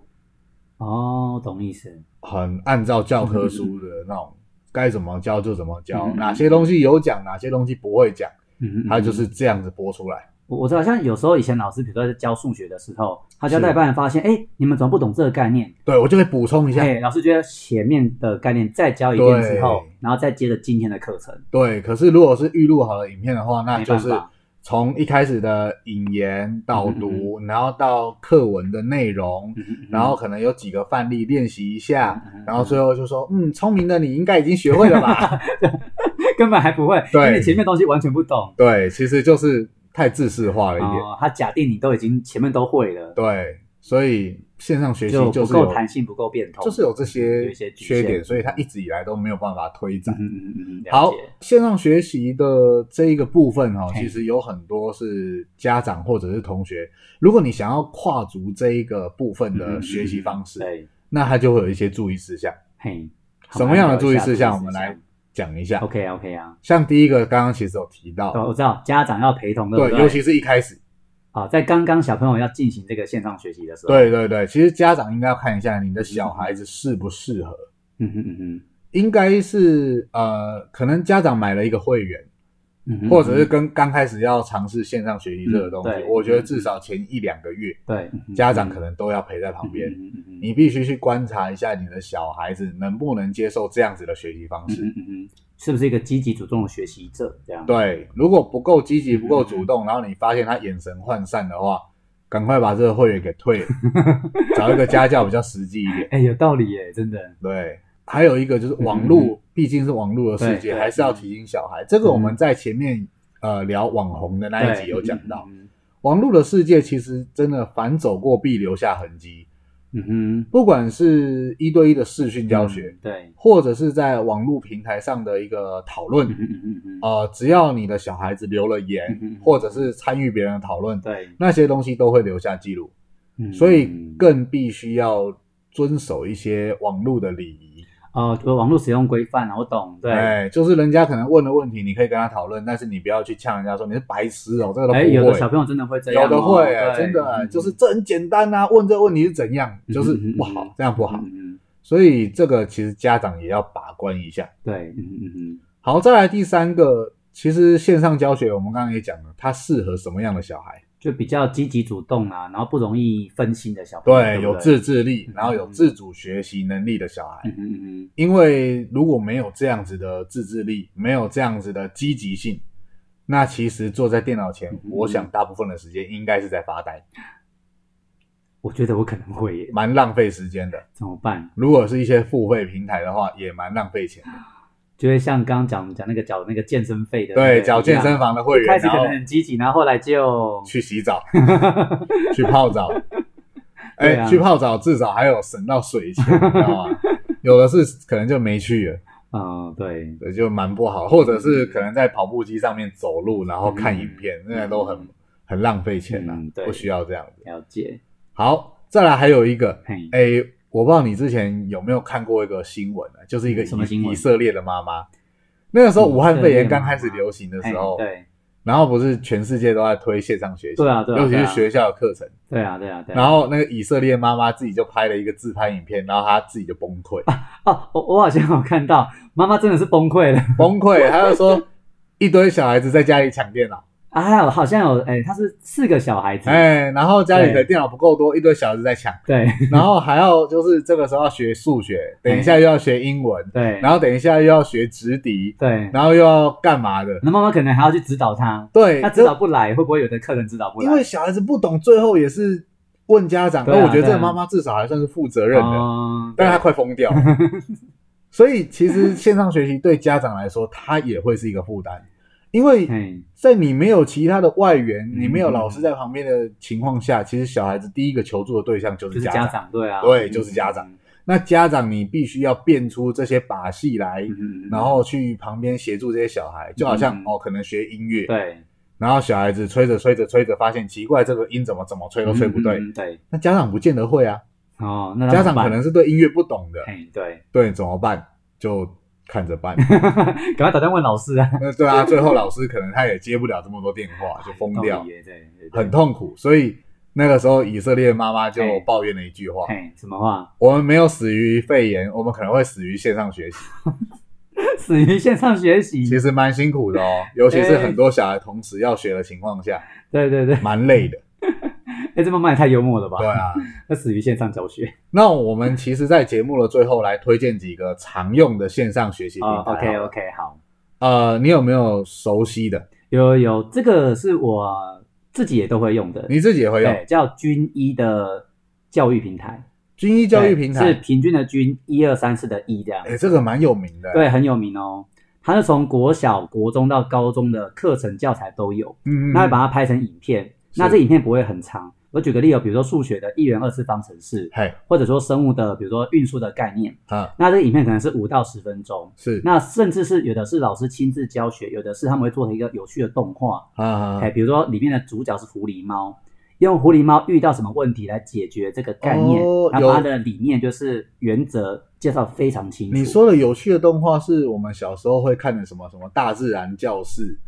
Speaker 2: 哦，懂意思，
Speaker 1: 很按照教科书的那种。该怎么教就怎么教，
Speaker 2: 嗯
Speaker 1: 哪些东西有讲，哪些东西不会讲，
Speaker 2: 嗯嗯，
Speaker 1: 它就
Speaker 2: 嗯
Speaker 1: 是这样子播出来。
Speaker 2: 我我知道，像有时候以前老师，比如说在教数学的时候，他教
Speaker 1: 是
Speaker 2: 代班发现，哎，你们怎么不懂这个概念？
Speaker 1: 对我就会补充一下，
Speaker 2: 哎，老师觉得前面的概念再教一遍之后
Speaker 1: 对，
Speaker 2: 然后再接着今天的课程，
Speaker 1: 对，可是如果是预录好的影片的话，那就是
Speaker 2: 没办法嗯
Speaker 1: 从一开始的引言、导读，然后到课文的内容，然后可能有几个范例练习一下，
Speaker 2: 嗯嗯
Speaker 1: 然后最后就说，嗯，聪明的你应该已经学会了吧？
Speaker 2: 根本还不会，
Speaker 1: 对
Speaker 2: 因为前面东西完全不懂。
Speaker 1: 对，其实就是太自式化了一点，
Speaker 2: 哦，他假定你都已经前面都会了，
Speaker 1: 对，所以线上学习
Speaker 2: 就不
Speaker 1: 就是
Speaker 2: 够
Speaker 1: 有
Speaker 2: 弹性，不够变通，
Speaker 1: 就是有这
Speaker 2: 有
Speaker 1: 些
Speaker 2: 一些局
Speaker 1: 缺
Speaker 2: 限
Speaker 1: 点，所以它一直以来都没有办法推展
Speaker 2: 嗯。嗯嗯嗯嗯，了
Speaker 1: 好
Speaker 2: 解，
Speaker 1: 线上学习的这一个部分哈、哦，
Speaker 2: 嘿
Speaker 1: 其实有很多是家长或者是同学，如果你想要跨足这一个部分
Speaker 2: 嗯嗯
Speaker 1: 的
Speaker 2: 嗯
Speaker 1: 学习方式，
Speaker 2: 对，
Speaker 1: 那它就会有一些注意事项。
Speaker 2: 嘿，好
Speaker 1: 什么样的注意事项，
Speaker 2: 那
Speaker 1: 我们来讲一下。
Speaker 2: ，OK OK 啊，
Speaker 1: 像第一个，刚刚其实有提
Speaker 2: 对，
Speaker 1: 到，
Speaker 2: 我知道家长要陪同，不
Speaker 1: 对，
Speaker 2: 对？
Speaker 1: 尤其是一开始，
Speaker 2: 啊，在刚刚小朋友要进行这个线上学习的时候，，
Speaker 1: 对对对，其实家长应该要看一下你的小孩子适不适合，
Speaker 2: 嗯哼嗯哼
Speaker 1: 应该是呃，可能家长买了一个会员，
Speaker 2: 嗯哼，
Speaker 1: 或者是跟刚开始要尝试线上学习这个东
Speaker 2: 嗯
Speaker 1: 西，
Speaker 2: 对
Speaker 1: 我觉得至少前一两个月。
Speaker 2: 对嗯哼
Speaker 1: 家长可能都要陪在旁边，
Speaker 2: 嗯嗯嗯嗯
Speaker 1: 你必须去观察一下你的小孩子能不能接受这样子的学习方
Speaker 2: 嗯
Speaker 1: 式。
Speaker 2: 嗯嗯嗯，是不是一个积极主动的学习者？这样，
Speaker 1: 对，如果不够积
Speaker 2: 嗯
Speaker 1: 极、不够主动，然后你发现他眼神涣散的话，赶快把这个会员给退 了，找一个家教比较实际一点。
Speaker 2: 哎，有道理耶，真的，
Speaker 1: 对，还有一个就是网
Speaker 2: 嗯
Speaker 1: 络，毕竟是网络的世
Speaker 2: 对
Speaker 1: 界，
Speaker 2: 对嗯
Speaker 1: 还是要提醒小孩。这个我们在前面呃聊网红的那一
Speaker 2: 对
Speaker 1: 集有讲到，，
Speaker 2: 嗯嗯嗯
Speaker 1: 网络的世界其实真的反走过必留下痕迹。
Speaker 2: 嗯哼，
Speaker 1: 不管是一对一的视讯教学，
Speaker 2: 嗯对，
Speaker 1: 或者是在网络平台上的一个讨论
Speaker 2: 嗯，哼嗯哼嗯哼，
Speaker 1: 呃，只要你的小孩子留了言，
Speaker 2: 嗯
Speaker 1: 或者是参与别人的讨论，
Speaker 2: 对，
Speaker 1: 那些东西都会留下记录，
Speaker 2: 嗯
Speaker 1: 所以更必须要遵守一些网络的礼仪。
Speaker 2: 哦，就网络使用规范啊，我懂，对，
Speaker 1: 哎，就是人家可能问的问题，你可以跟他讨论，但是你不要去呛人家说你是白痴哦，这个都不
Speaker 2: 哎，
Speaker 1: 会。
Speaker 2: 有的小朋友真的会这样
Speaker 1: 有
Speaker 2: 哦，
Speaker 1: 的会、
Speaker 2: 对
Speaker 1: 真的、
Speaker 2: 嗯
Speaker 1: 就是这很简单啊，问这问题是怎样，就是
Speaker 2: 嗯嗯嗯
Speaker 1: 不好，这样不好。
Speaker 2: 嗯嗯，嗯
Speaker 1: 所以这个其实家长也要把关一下。
Speaker 2: 对，嗯嗯嗯
Speaker 1: 好，再来第三个，其实线上教学我们刚刚也讲了，它适合什么样的小孩？
Speaker 2: 就比较积极主动啊，然后不容易分心的小朋友，
Speaker 1: 对，
Speaker 2: 嗯不
Speaker 1: 有自，制力，
Speaker 2: 嗯
Speaker 1: 然后有自主学习能力的小孩。
Speaker 2: 嗯嗯嗯
Speaker 1: 因为如果没有这样子的自制力，没有这样子的积极性，那其实坐在电脑前，
Speaker 2: 嗯
Speaker 1: 我想大部分的时间应该是在发呆，
Speaker 2: 嗯，我觉得我可能会耶，
Speaker 1: 蛮浪费时间的。
Speaker 2: 怎么办？
Speaker 1: 如果是一些付费平台的话，也蛮浪费钱的。
Speaker 2: 就会像刚刚讲讲那个缴那个健身费的那个一
Speaker 1: 对，
Speaker 2: 样，
Speaker 1: 缴健身房的会
Speaker 2: 开
Speaker 1: 员，
Speaker 2: 始
Speaker 1: 然
Speaker 2: 可
Speaker 1: 后
Speaker 2: 能很积极，然后后来就
Speaker 1: 去洗 澡，去泡澡。哎、
Speaker 2: 对啊
Speaker 1: 去泡澡至少还有省到水 钱，你知道吗？有的是可能就没去了，
Speaker 2: 嗯，对，
Speaker 1: 对就蛮不好，或者是可能在跑步机上面走路，然后看影片，那、都很很浪费钱呐、
Speaker 2: 嗯对
Speaker 1: 不需要这样子。
Speaker 2: 了解，
Speaker 1: 好，再来还有一个，
Speaker 2: 嘿，
Speaker 1: 哎、我不知道你之前有没有看过一个新闻啊，就是一个
Speaker 2: 什么新
Speaker 1: 以
Speaker 2: 闻
Speaker 1: 以色列的妈妈，那个时候武汉肺炎刚开始
Speaker 2: 以色列妈妈
Speaker 1: 流行的时候，
Speaker 2: 嘿对，
Speaker 1: 然后不是全世界都在推线上学习，
Speaker 2: 对啊对啊
Speaker 1: 尤其
Speaker 2: 对
Speaker 1: 是
Speaker 2: 啊
Speaker 1: 学校的课程。
Speaker 2: 对啊，对啊，对啊。
Speaker 1: 然后那个以色列妈妈自己就拍了一个自拍影片，然后她自己就崩溃，
Speaker 2: 哦，我我好像有看到，妈妈真的是崩溃了
Speaker 1: 崩溃，她就说一堆小孩子在家里抢电 脑，
Speaker 2: 啊！还有好像有，哎、她是四个小孩子，
Speaker 1: 哎，然后家里的
Speaker 2: 对
Speaker 1: 电脑不够多，一堆小孩子在 抢，
Speaker 2: 对
Speaker 1: 然后还要就是这个时候要学数学，等一
Speaker 2: 哎
Speaker 1: 下又要学英文，
Speaker 2: 对，
Speaker 1: 然后等一下又要学直笛，
Speaker 2: 对，
Speaker 1: 然后又要干嘛的？
Speaker 2: 那妈妈可能还要去指导他，
Speaker 1: 对，
Speaker 2: 他指导不来，会不会有的客人指导不来？
Speaker 1: 因为小孩子不懂，最后也是问家长。
Speaker 2: 对
Speaker 1: 那
Speaker 2: 啊
Speaker 1: 我觉得这
Speaker 2: 对
Speaker 1: 个
Speaker 2: 啊
Speaker 1: 妈妈至少还算是负责任的。
Speaker 2: 哦
Speaker 1: 但是他快疯掉 了。所以其实线上学习对家长来说，他也会是一个负担，因为
Speaker 2: 嘿，
Speaker 1: 在你没有其他的外援，
Speaker 2: 嗯
Speaker 1: 你没有老师在旁边的情况下，其实小孩子第一个求助的对象就
Speaker 2: 就是是
Speaker 1: 家
Speaker 2: 家
Speaker 1: 长。
Speaker 2: 长，对啊，
Speaker 1: 对就是家长
Speaker 2: 嗯，
Speaker 1: 那家长你必须要变出这些把戏来，
Speaker 2: 嗯嗯嗯
Speaker 1: 然后去旁边协助这些小孩，就好像、
Speaker 2: 嗯
Speaker 1: 哦，可能学音乐，
Speaker 2: 对，
Speaker 1: 然后小孩子吹着吹着吹着，发现奇怪，这个音怎么怎么吹都吹不对，
Speaker 2: 嗯嗯嗯对，
Speaker 1: 那家长不见得会啊，
Speaker 2: 哦，那他
Speaker 1: 家
Speaker 2: 怎
Speaker 1: 长
Speaker 2: 么办
Speaker 1: 可能是对音乐不懂的，
Speaker 2: 嘿，对，
Speaker 1: 对，怎么办？就看着办。
Speaker 2: 赶快打电话问老师啊，
Speaker 1: 那对啊，最后老师可能他也接不了这么多电话，就疯掉
Speaker 2: 道理，耶 对，对对
Speaker 1: 很痛苦。所以那个时候，以色列妈妈就抱怨了一句话
Speaker 2: 嘿，什么话？：“
Speaker 1: 我们没有死于肺炎，我们可能会死于线上学习。
Speaker 2: 死于线上学习，
Speaker 1: 其实蛮辛苦的哦，尤其是很多小孩同时要学的情况下，
Speaker 2: 对对 对，
Speaker 1: 蛮累的。
Speaker 2: 哎、这妈妈也太幽默了吧？
Speaker 1: 对，啊，
Speaker 2: 那死于线上 教学
Speaker 1: 那我们其实，在节目的最后来推荐几个常用的线上学习平台
Speaker 2: 哦
Speaker 1: 好了。
Speaker 2: OK OK，好，
Speaker 1: 呃，你有没有熟悉的？
Speaker 2: 有有，这个是我自己也都会用的，
Speaker 1: 你自己也会用
Speaker 2: 对，叫军医的教育平台，
Speaker 1: 军医教育平
Speaker 2: 对
Speaker 1: 台
Speaker 2: 是？平均的军一二三四的一这样
Speaker 1: 哎、，这个蛮有名的。
Speaker 2: 对，很有名哦。它是从国小、国中到高中的课程教材都有，
Speaker 1: 嗯，嗯，嗯
Speaker 2: 那会把它拍成影片。
Speaker 1: 是
Speaker 2: 那这影片不会很长。我举个例哦，比如说数学的一元二次方程式，
Speaker 1: 嗯嘿
Speaker 2: 或者说生物的，比如说运输的概念。
Speaker 1: 啊
Speaker 2: 那这个影片可能是五到十分钟，
Speaker 1: 是
Speaker 2: 那甚至是有的是老师亲自教学，有的是他们会做成一个有趣的动画，
Speaker 1: 啊啊
Speaker 2: 哎、比如说里面的主角是狐狸猫，用狐狸猫遇到什么问题来解决这个概念，
Speaker 1: 哦
Speaker 2: 然后把
Speaker 1: 有
Speaker 2: 它的理念就是原则介绍非常清楚。
Speaker 1: 你说的有趣的动画是我们小时候会看的什么什么大自然教室，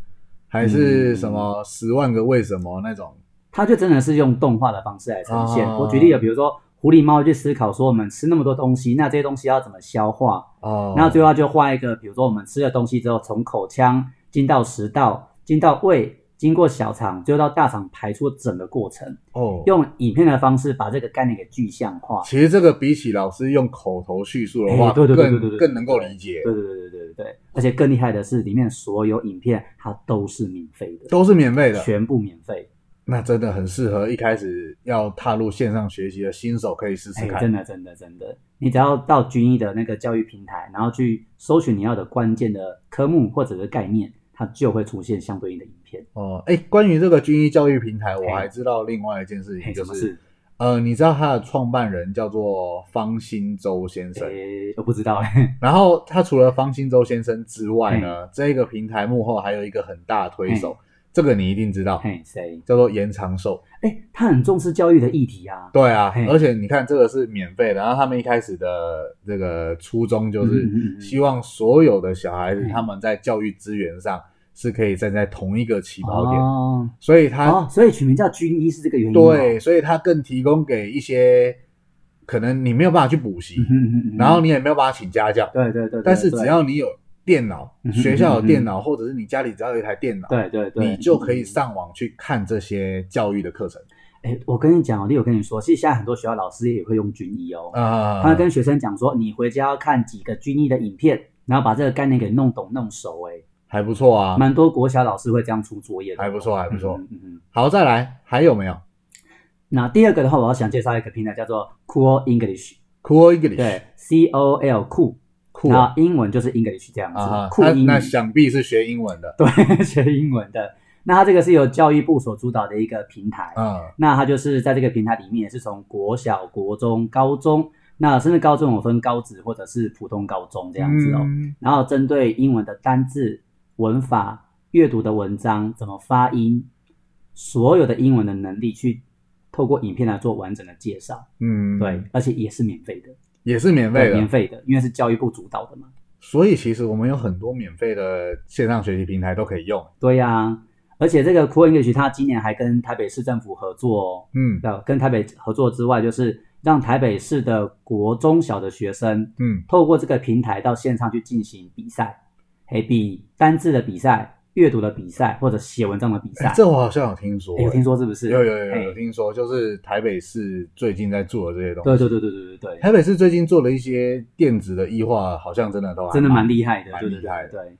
Speaker 1: 还
Speaker 2: 嗯
Speaker 1: 是什么十万个为什么那种？
Speaker 2: 它就真的是用动画的方式来呈现。
Speaker 1: 哦
Speaker 2: 我举例了，比如说狐狸猫去思考说我们吃那么多东西，那这些东西要怎么消化？
Speaker 1: 哦，
Speaker 2: 那最后它就画一个，比如说我们吃了东西之后，从口腔进到食道，进到胃。经过小肠，最后到大肠排出整个过程，
Speaker 1: 哦，
Speaker 2: 用影片的方式把这个概念给具象化。
Speaker 1: 其实这个比起老师用口头叙述的话，
Speaker 2: 哎对对对对对
Speaker 1: 更
Speaker 2: 对
Speaker 1: 更能够理解
Speaker 2: 对，对对对对对对，而且更厉害的是，里面所有影片它都是免费的，
Speaker 1: 都是免费的，
Speaker 2: 全部免费。
Speaker 1: 那真的很适合一开始要踏入线上学习的新手可以试试
Speaker 2: 哎，
Speaker 1: 看。
Speaker 2: 真的真的真的，你只要到军医的那个教育平台，然后去搜寻你要的关键的科目或者是概念，它就会出现相对应的影片。
Speaker 1: 哦，哎，关于这个军医教育平台，我
Speaker 2: 哎
Speaker 1: 还知道另外一件事情，
Speaker 2: 嘿，
Speaker 1: 就
Speaker 2: 什么事？
Speaker 1: 呃，你知道他的创办人叫做方兴洲先生，
Speaker 2: 诶、我不知道 哎、
Speaker 1: 然后他除了方兴洲先生之外呢，这个平台幕后还有一个很大的推手，这个你一定知道，
Speaker 2: 嘿，谁？
Speaker 1: 叫做延长寿。
Speaker 2: 哎、他很重视教育的议题啊。
Speaker 1: 对啊
Speaker 2: 嘿，
Speaker 1: 而且你看这个是免费的，然后他们一开始的这个初衷就
Speaker 2: 嗯嗯嗯
Speaker 1: 是
Speaker 2: 嗯
Speaker 1: 希望所有的小孩子
Speaker 2: 嗯
Speaker 1: 他们在教育资源上是可以站在同一个起跑点，
Speaker 2: 哦，
Speaker 1: 所以他
Speaker 2: 哦，所以取名叫军医是这个原因、哦。
Speaker 1: 对，所以他更提供给一些可能你没有办法去补习
Speaker 2: 嗯，哼，嗯哼嗯哼
Speaker 1: 然后你也没有办法请家教，
Speaker 2: 对对对对，
Speaker 1: 但是
Speaker 2: 对
Speaker 1: 只要你有电脑，
Speaker 2: 嗯哼
Speaker 1: 学校有电
Speaker 2: 嗯
Speaker 1: 脑，或者是你家里只要有一台电脑，
Speaker 2: 对对对，
Speaker 1: 你就可以上网去看这些教育的课程
Speaker 2: 哎、我跟你讲哦，丽，我跟你说，其实现在很多学校老师也会用军医哦，
Speaker 1: 啊。
Speaker 2: 他跟学生讲说，你回家要看几个军医的影片，然后把这个概念给弄懂弄熟、
Speaker 1: 还不错啊
Speaker 2: 哎，，蛮多国小老师会这样出作业的，
Speaker 1: 还不错，还
Speaker 2: 还
Speaker 1: 不错。
Speaker 2: 嗯嗯嗯。
Speaker 1: 好，再来，还有没有
Speaker 2: 那第二个的话，我要想介绍一个平台叫做 Cool English，
Speaker 1: Cool English？
Speaker 2: 对，C O L 酷，
Speaker 1: 酷
Speaker 2: 那
Speaker 1: 啊
Speaker 2: 英文就是 English 这样子，
Speaker 1: 啊哈，
Speaker 2: 酷
Speaker 1: 那
Speaker 2: 英
Speaker 1: 那想必是学英文的，
Speaker 2: 对 学英文的。那它这个是由教育部所主导的一个平台，
Speaker 1: 嗯
Speaker 2: 那它就是在这个平台里面也是从国小、国中、高中，那甚至高中有分高职或者是普通高中这样子哦。
Speaker 1: 嗯
Speaker 2: 然后针对英文的单字、文法、阅读的文章、怎么发音，所有的英文的能力去透过影片来做完整的介绍。
Speaker 1: 嗯，
Speaker 2: 对，，而且也是免费的，
Speaker 1: 也是免费
Speaker 2: 对免
Speaker 1: 的。
Speaker 2: 费的，因为是教育部主导的嘛。
Speaker 1: 所以其实我们有很多免费的线上学习平台都可以用。
Speaker 2: 对呀、而且这个 Cool English 它今年还跟台北市政府合作哦，
Speaker 1: 嗯
Speaker 2: 呃，跟台北合作之外，就是让台北市的国中小的学生
Speaker 1: 嗯
Speaker 2: 透过这个平台到线上去进行比赛，嘿，比单字的比赛、阅读的比赛或者写文章的比赛
Speaker 1: 哎，。这我好像有听说
Speaker 2: 啊哎有
Speaker 1: 欸，
Speaker 2: 听说是不哎是？
Speaker 1: 有有有有
Speaker 2: 嘿
Speaker 1: 有听说，就是台北市最近在做的这些东西。
Speaker 2: 对对对对对对对，
Speaker 1: 台北市最近做了一些电子的异化，好像真的都还
Speaker 2: 真的蛮厉害的，
Speaker 1: 蛮
Speaker 2: 对对
Speaker 1: 厉害
Speaker 2: 对
Speaker 1: 的
Speaker 2: 对。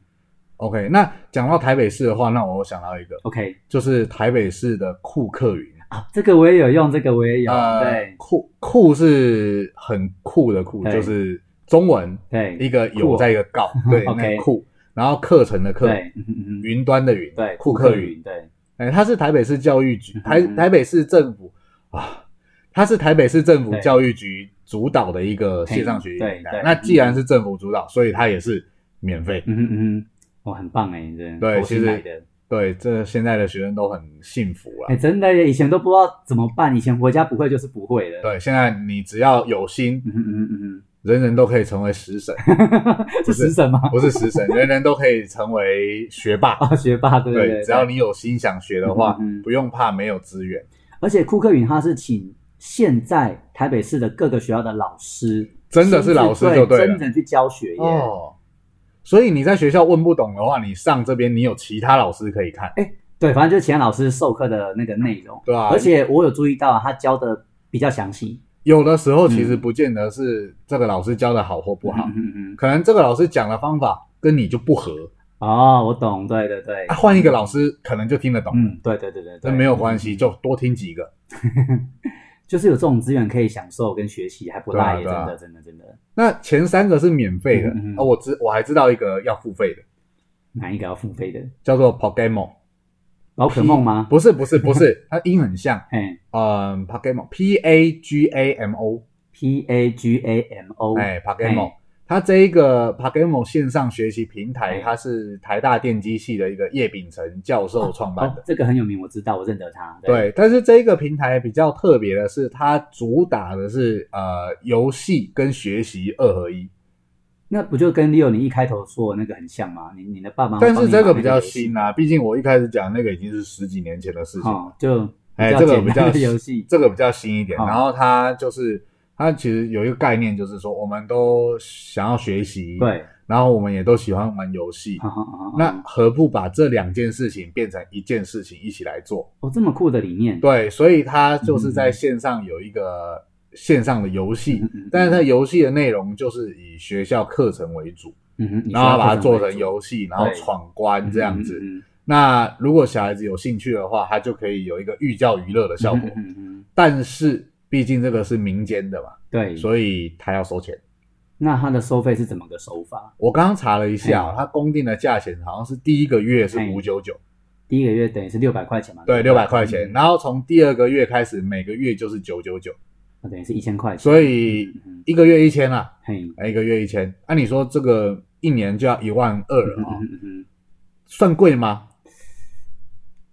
Speaker 1: OK，那讲到台北市的话，那我想到一个，
Speaker 2: OK
Speaker 1: 就是台北市的库克云。
Speaker 2: 啊，这个我也有用，这个我也有，
Speaker 1: 呃
Speaker 2: 对，
Speaker 1: 酷酷是很酷的酷，
Speaker 2: 对
Speaker 1: 就是中文一
Speaker 2: 对
Speaker 1: 个
Speaker 2: 酷
Speaker 1: 有
Speaker 2: 哦
Speaker 1: 在一个 告，对，那
Speaker 2: OK
Speaker 1: 个酷。然后课程的课，
Speaker 2: 对，嗯嗯嗯，
Speaker 1: 云端的云，
Speaker 2: 对，
Speaker 1: 库
Speaker 2: 克
Speaker 1: 克云。
Speaker 2: 对，
Speaker 1: 哎，它是台北市教育局，
Speaker 2: 嗯
Speaker 1: 台
Speaker 2: 嗯
Speaker 1: 台北市政府啊，它是台北市政府
Speaker 2: 对
Speaker 1: 教育局主导的一个
Speaker 2: 嘿
Speaker 1: 线上学习
Speaker 2: 对
Speaker 1: 平台
Speaker 2: 对。
Speaker 1: 那既然是政府主导，所以它也是免费。
Speaker 2: 嗯嗯嗯，哇，很棒哎，真的，
Speaker 1: 对
Speaker 2: 佛心
Speaker 1: 其实
Speaker 2: 来的，
Speaker 1: 对，这现在的学生都很幸福啊
Speaker 2: 哎，
Speaker 1: 啦。
Speaker 2: 真的耶，以前都不知道怎么办，以前回家不会就是不会的，，
Speaker 1: 对，现在你只要有心，
Speaker 2: 嗯嗯嗯
Speaker 1: 人人都可以成为食 神，
Speaker 2: 嗯，是食神吗？
Speaker 1: 不是食神，人人都可以成为学霸。
Speaker 2: 啊，学霸，对对
Speaker 1: 对，
Speaker 2: 对，
Speaker 1: 只要你有心想学的话
Speaker 2: 嗯嗯，
Speaker 1: 不用怕没有资源。
Speaker 2: 而且库克云他是请现在台北市的各个学校的老师，
Speaker 1: 真的是老师就对了
Speaker 2: 对，真人去教学耶。
Speaker 1: 哦，所以你在学校问不懂的话，你上这边你有其他老师可以看。
Speaker 2: 对，反正就是其他老师授课的那个内容。
Speaker 1: 对啊
Speaker 2: 而且我有注意到啊他教的比较详细，
Speaker 1: 有的时候其实不见得是这个老师教的好或不好，
Speaker 2: 嗯嗯嗯。
Speaker 1: 可能这个老师讲的方法跟你就不合，
Speaker 2: 哦，我懂，对对对
Speaker 1: 啊。换一个老师可能就听得懂。
Speaker 2: 嗯，对对对对对，
Speaker 1: 这没有关系，就多听几个。
Speaker 2: 就是有这种资源可以享受跟学习，还不赖耶，
Speaker 1: 对
Speaker 2: 真
Speaker 1: 啊对
Speaker 2: 的
Speaker 1: 啊
Speaker 2: 真的真的。
Speaker 1: 那前三个是免费的，
Speaker 2: 嗯嗯嗯
Speaker 1: 啊，我知我还知道一个要付费的，
Speaker 2: 哪一个要付费的？
Speaker 1: 叫做 Pokemon，
Speaker 2: 宝可梦吗？
Speaker 1: 不是不是不 是，它音很像，
Speaker 2: 哎
Speaker 1: 嗯，Pokemon P A G A M O，
Speaker 2: ，P A G A M O，
Speaker 1: 哎，Pokemon，它这一个 Pokemon 线上学习平台，
Speaker 2: 哎
Speaker 1: 它是台大电机系的一个叶秉成教授创办
Speaker 2: 哦
Speaker 1: 的。，
Speaker 2: 这个很有名，我知道，我认得他。
Speaker 1: 对，但是这一个平台比较特别的是，它主打的是呃游戏跟学习二合一，
Speaker 2: 那不就跟 Leo 你一开头说的那个很像吗？你你的爸妈会
Speaker 1: 但
Speaker 2: 哦帮
Speaker 1: 是
Speaker 2: 你
Speaker 1: 这
Speaker 2: 买那
Speaker 1: 个比较
Speaker 2: 游戏
Speaker 1: 新啊，毕竟我一开始讲那个已经是十几年前的事情了，
Speaker 2: 哦，就
Speaker 1: 哎
Speaker 2: 比较
Speaker 1: 这个
Speaker 2: 简
Speaker 1: 比
Speaker 2: 单
Speaker 1: 较
Speaker 2: 的游戏，
Speaker 1: 这个比较新一点。
Speaker 2: 哦
Speaker 1: 然后它就是它其实有一个概念，就是说我们都想要学习，，
Speaker 2: 对，哦
Speaker 1: 然后我们也都喜欢玩游戏，
Speaker 2: 好好好，好
Speaker 1: 那何不把这两件事情变成一件事情一起来做？
Speaker 2: 哦这么酷的理念，
Speaker 1: 对，所以它就是在线上有一个线上的游戏
Speaker 2: 嗯嗯嗯嗯，
Speaker 1: 但是它游戏的内容就是以学校课程为主，
Speaker 2: 嗯哼，你
Speaker 1: 然后
Speaker 2: 需要
Speaker 1: 把它
Speaker 2: 各
Speaker 1: 做
Speaker 2: 种为
Speaker 1: 成
Speaker 2: 主
Speaker 1: 游戏，然后闯关这样子。
Speaker 2: 嗯嗯嗯
Speaker 1: 那如果小孩子有兴趣的话，他就可以有一个寓教于乐的效果
Speaker 2: 嗯。嗯嗯嗯
Speaker 1: 但是毕竟这个是民间的嘛，
Speaker 2: 对，
Speaker 1: 所以他要收钱。
Speaker 2: 那它的收费是怎么个收法？
Speaker 1: 我刚刚查了一下
Speaker 2: 嗯
Speaker 1: 哦，他公定的价钱好像是第一个月是
Speaker 2: 嗯
Speaker 1: 五九九，
Speaker 2: 第一个月等于是六百块钱嘛？
Speaker 1: 对，
Speaker 2: 不
Speaker 1: 六百块钱。，然后从第二个月开始，每个月就是九九九，
Speaker 2: 那嗯等于是一千块钱。
Speaker 1: 所以
Speaker 2: 嗯，
Speaker 1: 一个月一千啊，
Speaker 2: 嘿，
Speaker 1: 哎一个月一千。按、你说这个一年就要一万二了
Speaker 2: 嗯
Speaker 1: 啊、哦
Speaker 2: 嗯嗯嗯
Speaker 1: 算贵吗？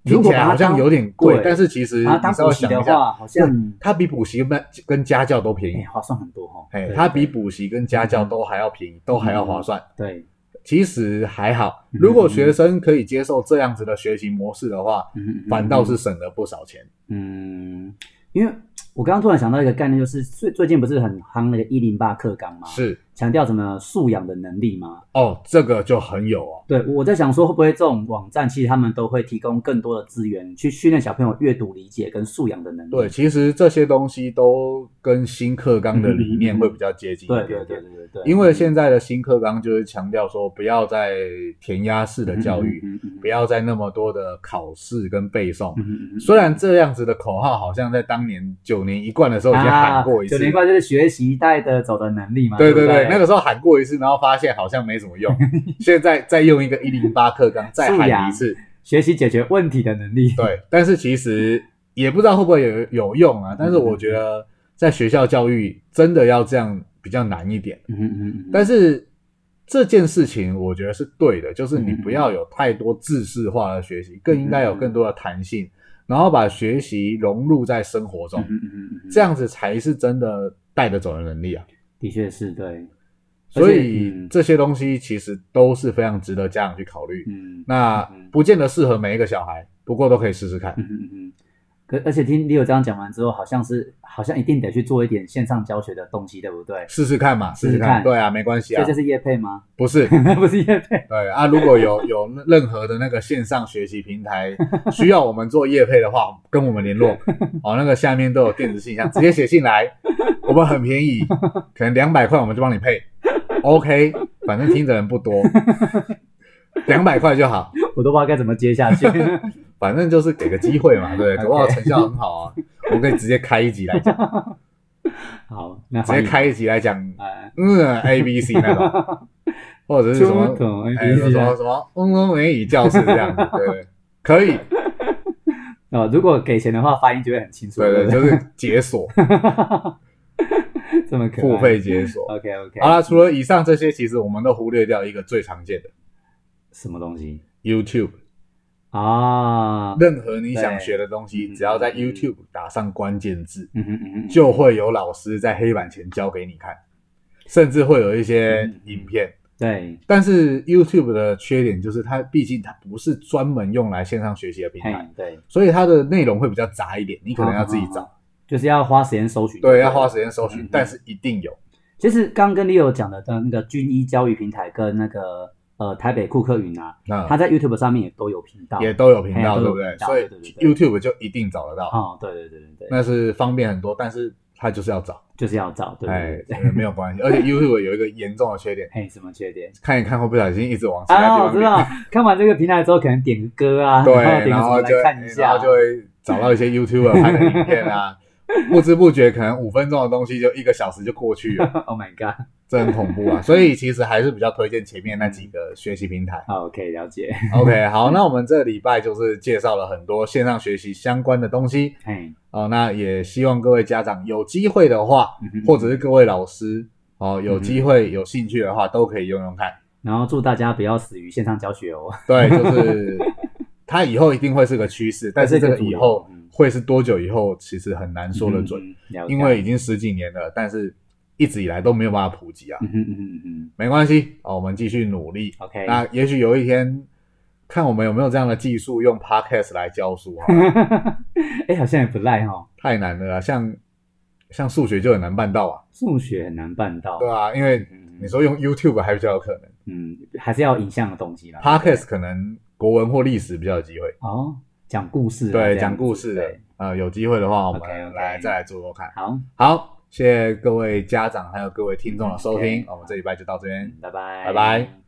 Speaker 2: 如
Speaker 1: 听
Speaker 2: 果
Speaker 1: 起来
Speaker 2: 把它
Speaker 1: 好像
Speaker 2: 当
Speaker 1: 有点贵
Speaker 2: 对，
Speaker 1: 但是其实
Speaker 2: 嗯，啊，
Speaker 1: 你
Speaker 2: 当
Speaker 1: 稍
Speaker 2: 补
Speaker 1: 微
Speaker 2: 习
Speaker 1: 想
Speaker 2: 的
Speaker 1: 一下，
Speaker 2: 话，好像
Speaker 1: 它比补习跟跟家教都便
Speaker 2: 哎
Speaker 1: 宜，
Speaker 2: 划算很多哈。
Speaker 1: 哎，
Speaker 2: 对嗯
Speaker 1: 它比补习跟家教都还要便宜，都还要划算。
Speaker 2: 对，
Speaker 1: 其实还好，
Speaker 2: 嗯
Speaker 1: 如果学生可以接受这样子的学习模式的话，
Speaker 2: 嗯嗯嗯
Speaker 1: 反倒是省了不少钱。
Speaker 2: 嗯，因为我刚刚突然想到一个概念，就是最最近不是很夯那个一零八课纲吗？
Speaker 1: 是
Speaker 2: 强调什么素养的能力吗？
Speaker 1: 哦，这个就很有哦。
Speaker 2: 对，我在想说会不会这种网站其实他们都会提供更多的资源去训练小朋友阅读理解跟素养的能力。
Speaker 1: 对，其实这些东西都跟新课纲的理念会比较接近一点
Speaker 2: 对嗯对
Speaker 1: 点。
Speaker 2: 对对对对，
Speaker 1: 因为现在的新课纲就是强调说，不要再填鸭式的教育，
Speaker 2: 嗯嗯嗯嗯
Speaker 1: 不要再那么多的考试跟背诵。
Speaker 2: 嗯嗯嗯
Speaker 1: 虽然这样子的口号好像在当年九年一贯的时候已经喊过一次，
Speaker 2: 啊九年贯就是学习带的走的能力嘛。
Speaker 1: 对对
Speaker 2: 对不
Speaker 1: 对，那个时候喊过一次，然后发现好像没什么 用，现在再用一个一零八课纲再
Speaker 2: 素
Speaker 1: 喊
Speaker 2: 养
Speaker 1: 一次，
Speaker 2: 学习解决问题的能力。
Speaker 1: 对，但是其实也不知道会不会有有用啊。但是我觉得在学校教育真的要这样比较难一点，
Speaker 2: 嗯嗯嗯嗯，
Speaker 1: 但是。这件事情我觉得是对的，就是你不要有太多制式化的学习，更应该有更多的弹性，然后把学习融入在生活中
Speaker 2: 嗯，嗯嗯嗯嗯，
Speaker 1: 这样子才是真的带得走的能力啊。
Speaker 2: 的确是对，
Speaker 1: 所
Speaker 2: 而且
Speaker 1: 以
Speaker 2: 嗯
Speaker 1: 这些东西其实都是非常值得家长去考虑。
Speaker 2: 嗯，
Speaker 1: 那
Speaker 2: 嗯
Speaker 1: 不见得适合每一个小孩，不过都可以试试看。
Speaker 2: 嗯嗯嗯，可而且听 Leo 这样讲完之后，好像是好像一定得去做一点线上教学的东西，对不对？
Speaker 1: 试试看嘛，试
Speaker 2: 试试
Speaker 1: 试
Speaker 2: 看
Speaker 1: 看，对啊，没关系
Speaker 2: 所
Speaker 1: 啊
Speaker 2: 以这，是叶配吗？
Speaker 1: 不是，
Speaker 2: 不是叶配，
Speaker 1: 对啊，如果有有任何的那个线上学习平台需要我们做业配的话，跟我们联 络，哦，那个下面都有电子信箱，直接写信来，我们很便 宜，可能两百块我们就帮你配，OK，反正听的人不多，两百块就好，
Speaker 2: 我都不知道该怎么接下去。
Speaker 1: 反正就是给个机会嘛，对不对，
Speaker 2: OK
Speaker 1: 搞不好成效很好啊，我可以直接开一集来 讲，
Speaker 2: 好，那
Speaker 1: 直
Speaker 2: 欢
Speaker 1: 接
Speaker 2: 迎
Speaker 1: 开一集来讲，
Speaker 2: 哎，
Speaker 1: 嗯，A B C 那种， 或者是什
Speaker 2: 秋
Speaker 1: 么，
Speaker 2: 董 A
Speaker 1: 哎，什
Speaker 2: B
Speaker 1: 么
Speaker 2: C
Speaker 1: 什么什么嗡嗡美语教室这样 子，对，可以，
Speaker 2: 哦，如果给钱的话，发音就会很清楚。
Speaker 1: 对对，
Speaker 2: 不
Speaker 1: 就是解 锁
Speaker 2: 这么可爱。
Speaker 1: 付费解锁。
Speaker 2: OK OK。
Speaker 1: 好啦，除了以上这些，其实我们都忽略掉一个最常见的
Speaker 2: 什么东西
Speaker 1: YouTube。
Speaker 2: 啊？
Speaker 1: 任何你想学的东西，
Speaker 2: 对
Speaker 1: 只要在 YouTube 打上关键字，
Speaker 2: 嗯哼嗯哼，
Speaker 1: 就会有老师在黑板前教给你看，甚至会有一些
Speaker 2: 嗯
Speaker 1: 影片。
Speaker 2: 对，
Speaker 1: 但是 YouTube 的缺点就是它毕竟它不是专门用来线上学习的平
Speaker 2: 嘿
Speaker 1: 台，
Speaker 2: 对，
Speaker 1: 所以它的内容会比较杂一点，你可能要自己
Speaker 2: 嗯
Speaker 1: 找，
Speaker 2: 就是要花时间搜寻。
Speaker 1: 对，要花时间搜
Speaker 2: 嗯嗯
Speaker 1: 寻，但是一定有，
Speaker 2: 其实刚跟 Leo 讲的的那个军医教育平台跟那个呃台北库克云啊，他
Speaker 1: 那
Speaker 2: 在 YouTube 上面也都有频道。
Speaker 1: 也都有频道，
Speaker 2: 嘿
Speaker 1: 对
Speaker 2: 都有
Speaker 1: 不对
Speaker 2: 频？道
Speaker 1: 所以
Speaker 2: 对对对
Speaker 1: YouTube 就一定找得到，
Speaker 2: 哦，对对对对对，
Speaker 1: 那是方便很多，但是它就是要找，
Speaker 2: 就是要找，对
Speaker 1: 哎
Speaker 2: 对对，，
Speaker 1: 这个没有关系。而且 YouTube 有一个严重的缺 点，
Speaker 2: 嘿，什么缺点？
Speaker 1: 看一看会不小心一直往其他
Speaker 2: 啊，
Speaker 1: 地
Speaker 2: 我
Speaker 1: 方
Speaker 2: 知
Speaker 1: 点，
Speaker 2: 道， 看完这个平台之后，可能点个歌啊，
Speaker 1: 对，
Speaker 2: 然后点
Speaker 1: 然
Speaker 2: 个什
Speaker 1: 后
Speaker 2: 么
Speaker 1: 就哎
Speaker 2: 来看一
Speaker 1: 然
Speaker 2: 下，
Speaker 1: 后就会找到一些 YouTuber 拍的影片 啊。不知不觉，可能五分钟的东西就一个小时就过去了，
Speaker 2: Oh my god，
Speaker 1: 这很恐怖啊！所以其实还是比较推荐前面那几个学习平台。
Speaker 2: 好，OK，了解，
Speaker 1: OK，好， 那我们这礼拜就是介绍了很多线上学习相关的东西
Speaker 2: 嘿，
Speaker 1: 哦。那也希望各位家长有机会的话，
Speaker 2: 嗯哼
Speaker 1: 或者是各位老师哦，有机
Speaker 2: 嗯
Speaker 1: 会有兴趣的话，都可以用用看。
Speaker 2: 然后祝大家不要死于线上教学哦，
Speaker 1: 对，就是它以后一定会是个趋势，但是这个以后
Speaker 2: 嗯
Speaker 1: 会是多久以后，其实很难说得准，
Speaker 2: 嗯，了解
Speaker 1: 因为已经十几年了，但是一直以来都没有办法普及啊。
Speaker 2: 嗯哎哼嗯哼嗯哼
Speaker 1: 没关系哦，我们继续努力。
Speaker 2: ，OK，
Speaker 1: 那也许有一天，看我们有没有这样的技术，用 podcast 来教书 好了
Speaker 2: 哎，好像也不赖哈，
Speaker 1: 太难了啦，啊像像数学就很难办到啊，
Speaker 2: 数学很难办到，
Speaker 1: 对啊，因为
Speaker 2: 嗯
Speaker 1: 你说用 YouTube 还比较有可能
Speaker 2: 嗯，还是要有影像的东西啦。
Speaker 1: ，podcast 可能国文或历史比较有机会。
Speaker 2: 哦，讲故事啊，
Speaker 1: 对，
Speaker 2: 这样子
Speaker 1: 讲故事的
Speaker 2: 对，
Speaker 1: 呃，有机会的话，我
Speaker 2: OK，OK
Speaker 1: 们来再来做做看。
Speaker 2: 好，
Speaker 1: 好，谢谢各位家长还有各位听众的收听
Speaker 2: OK，
Speaker 1: 我们这礼拜就到这边
Speaker 2: 嗯，拜拜，
Speaker 1: 拜拜。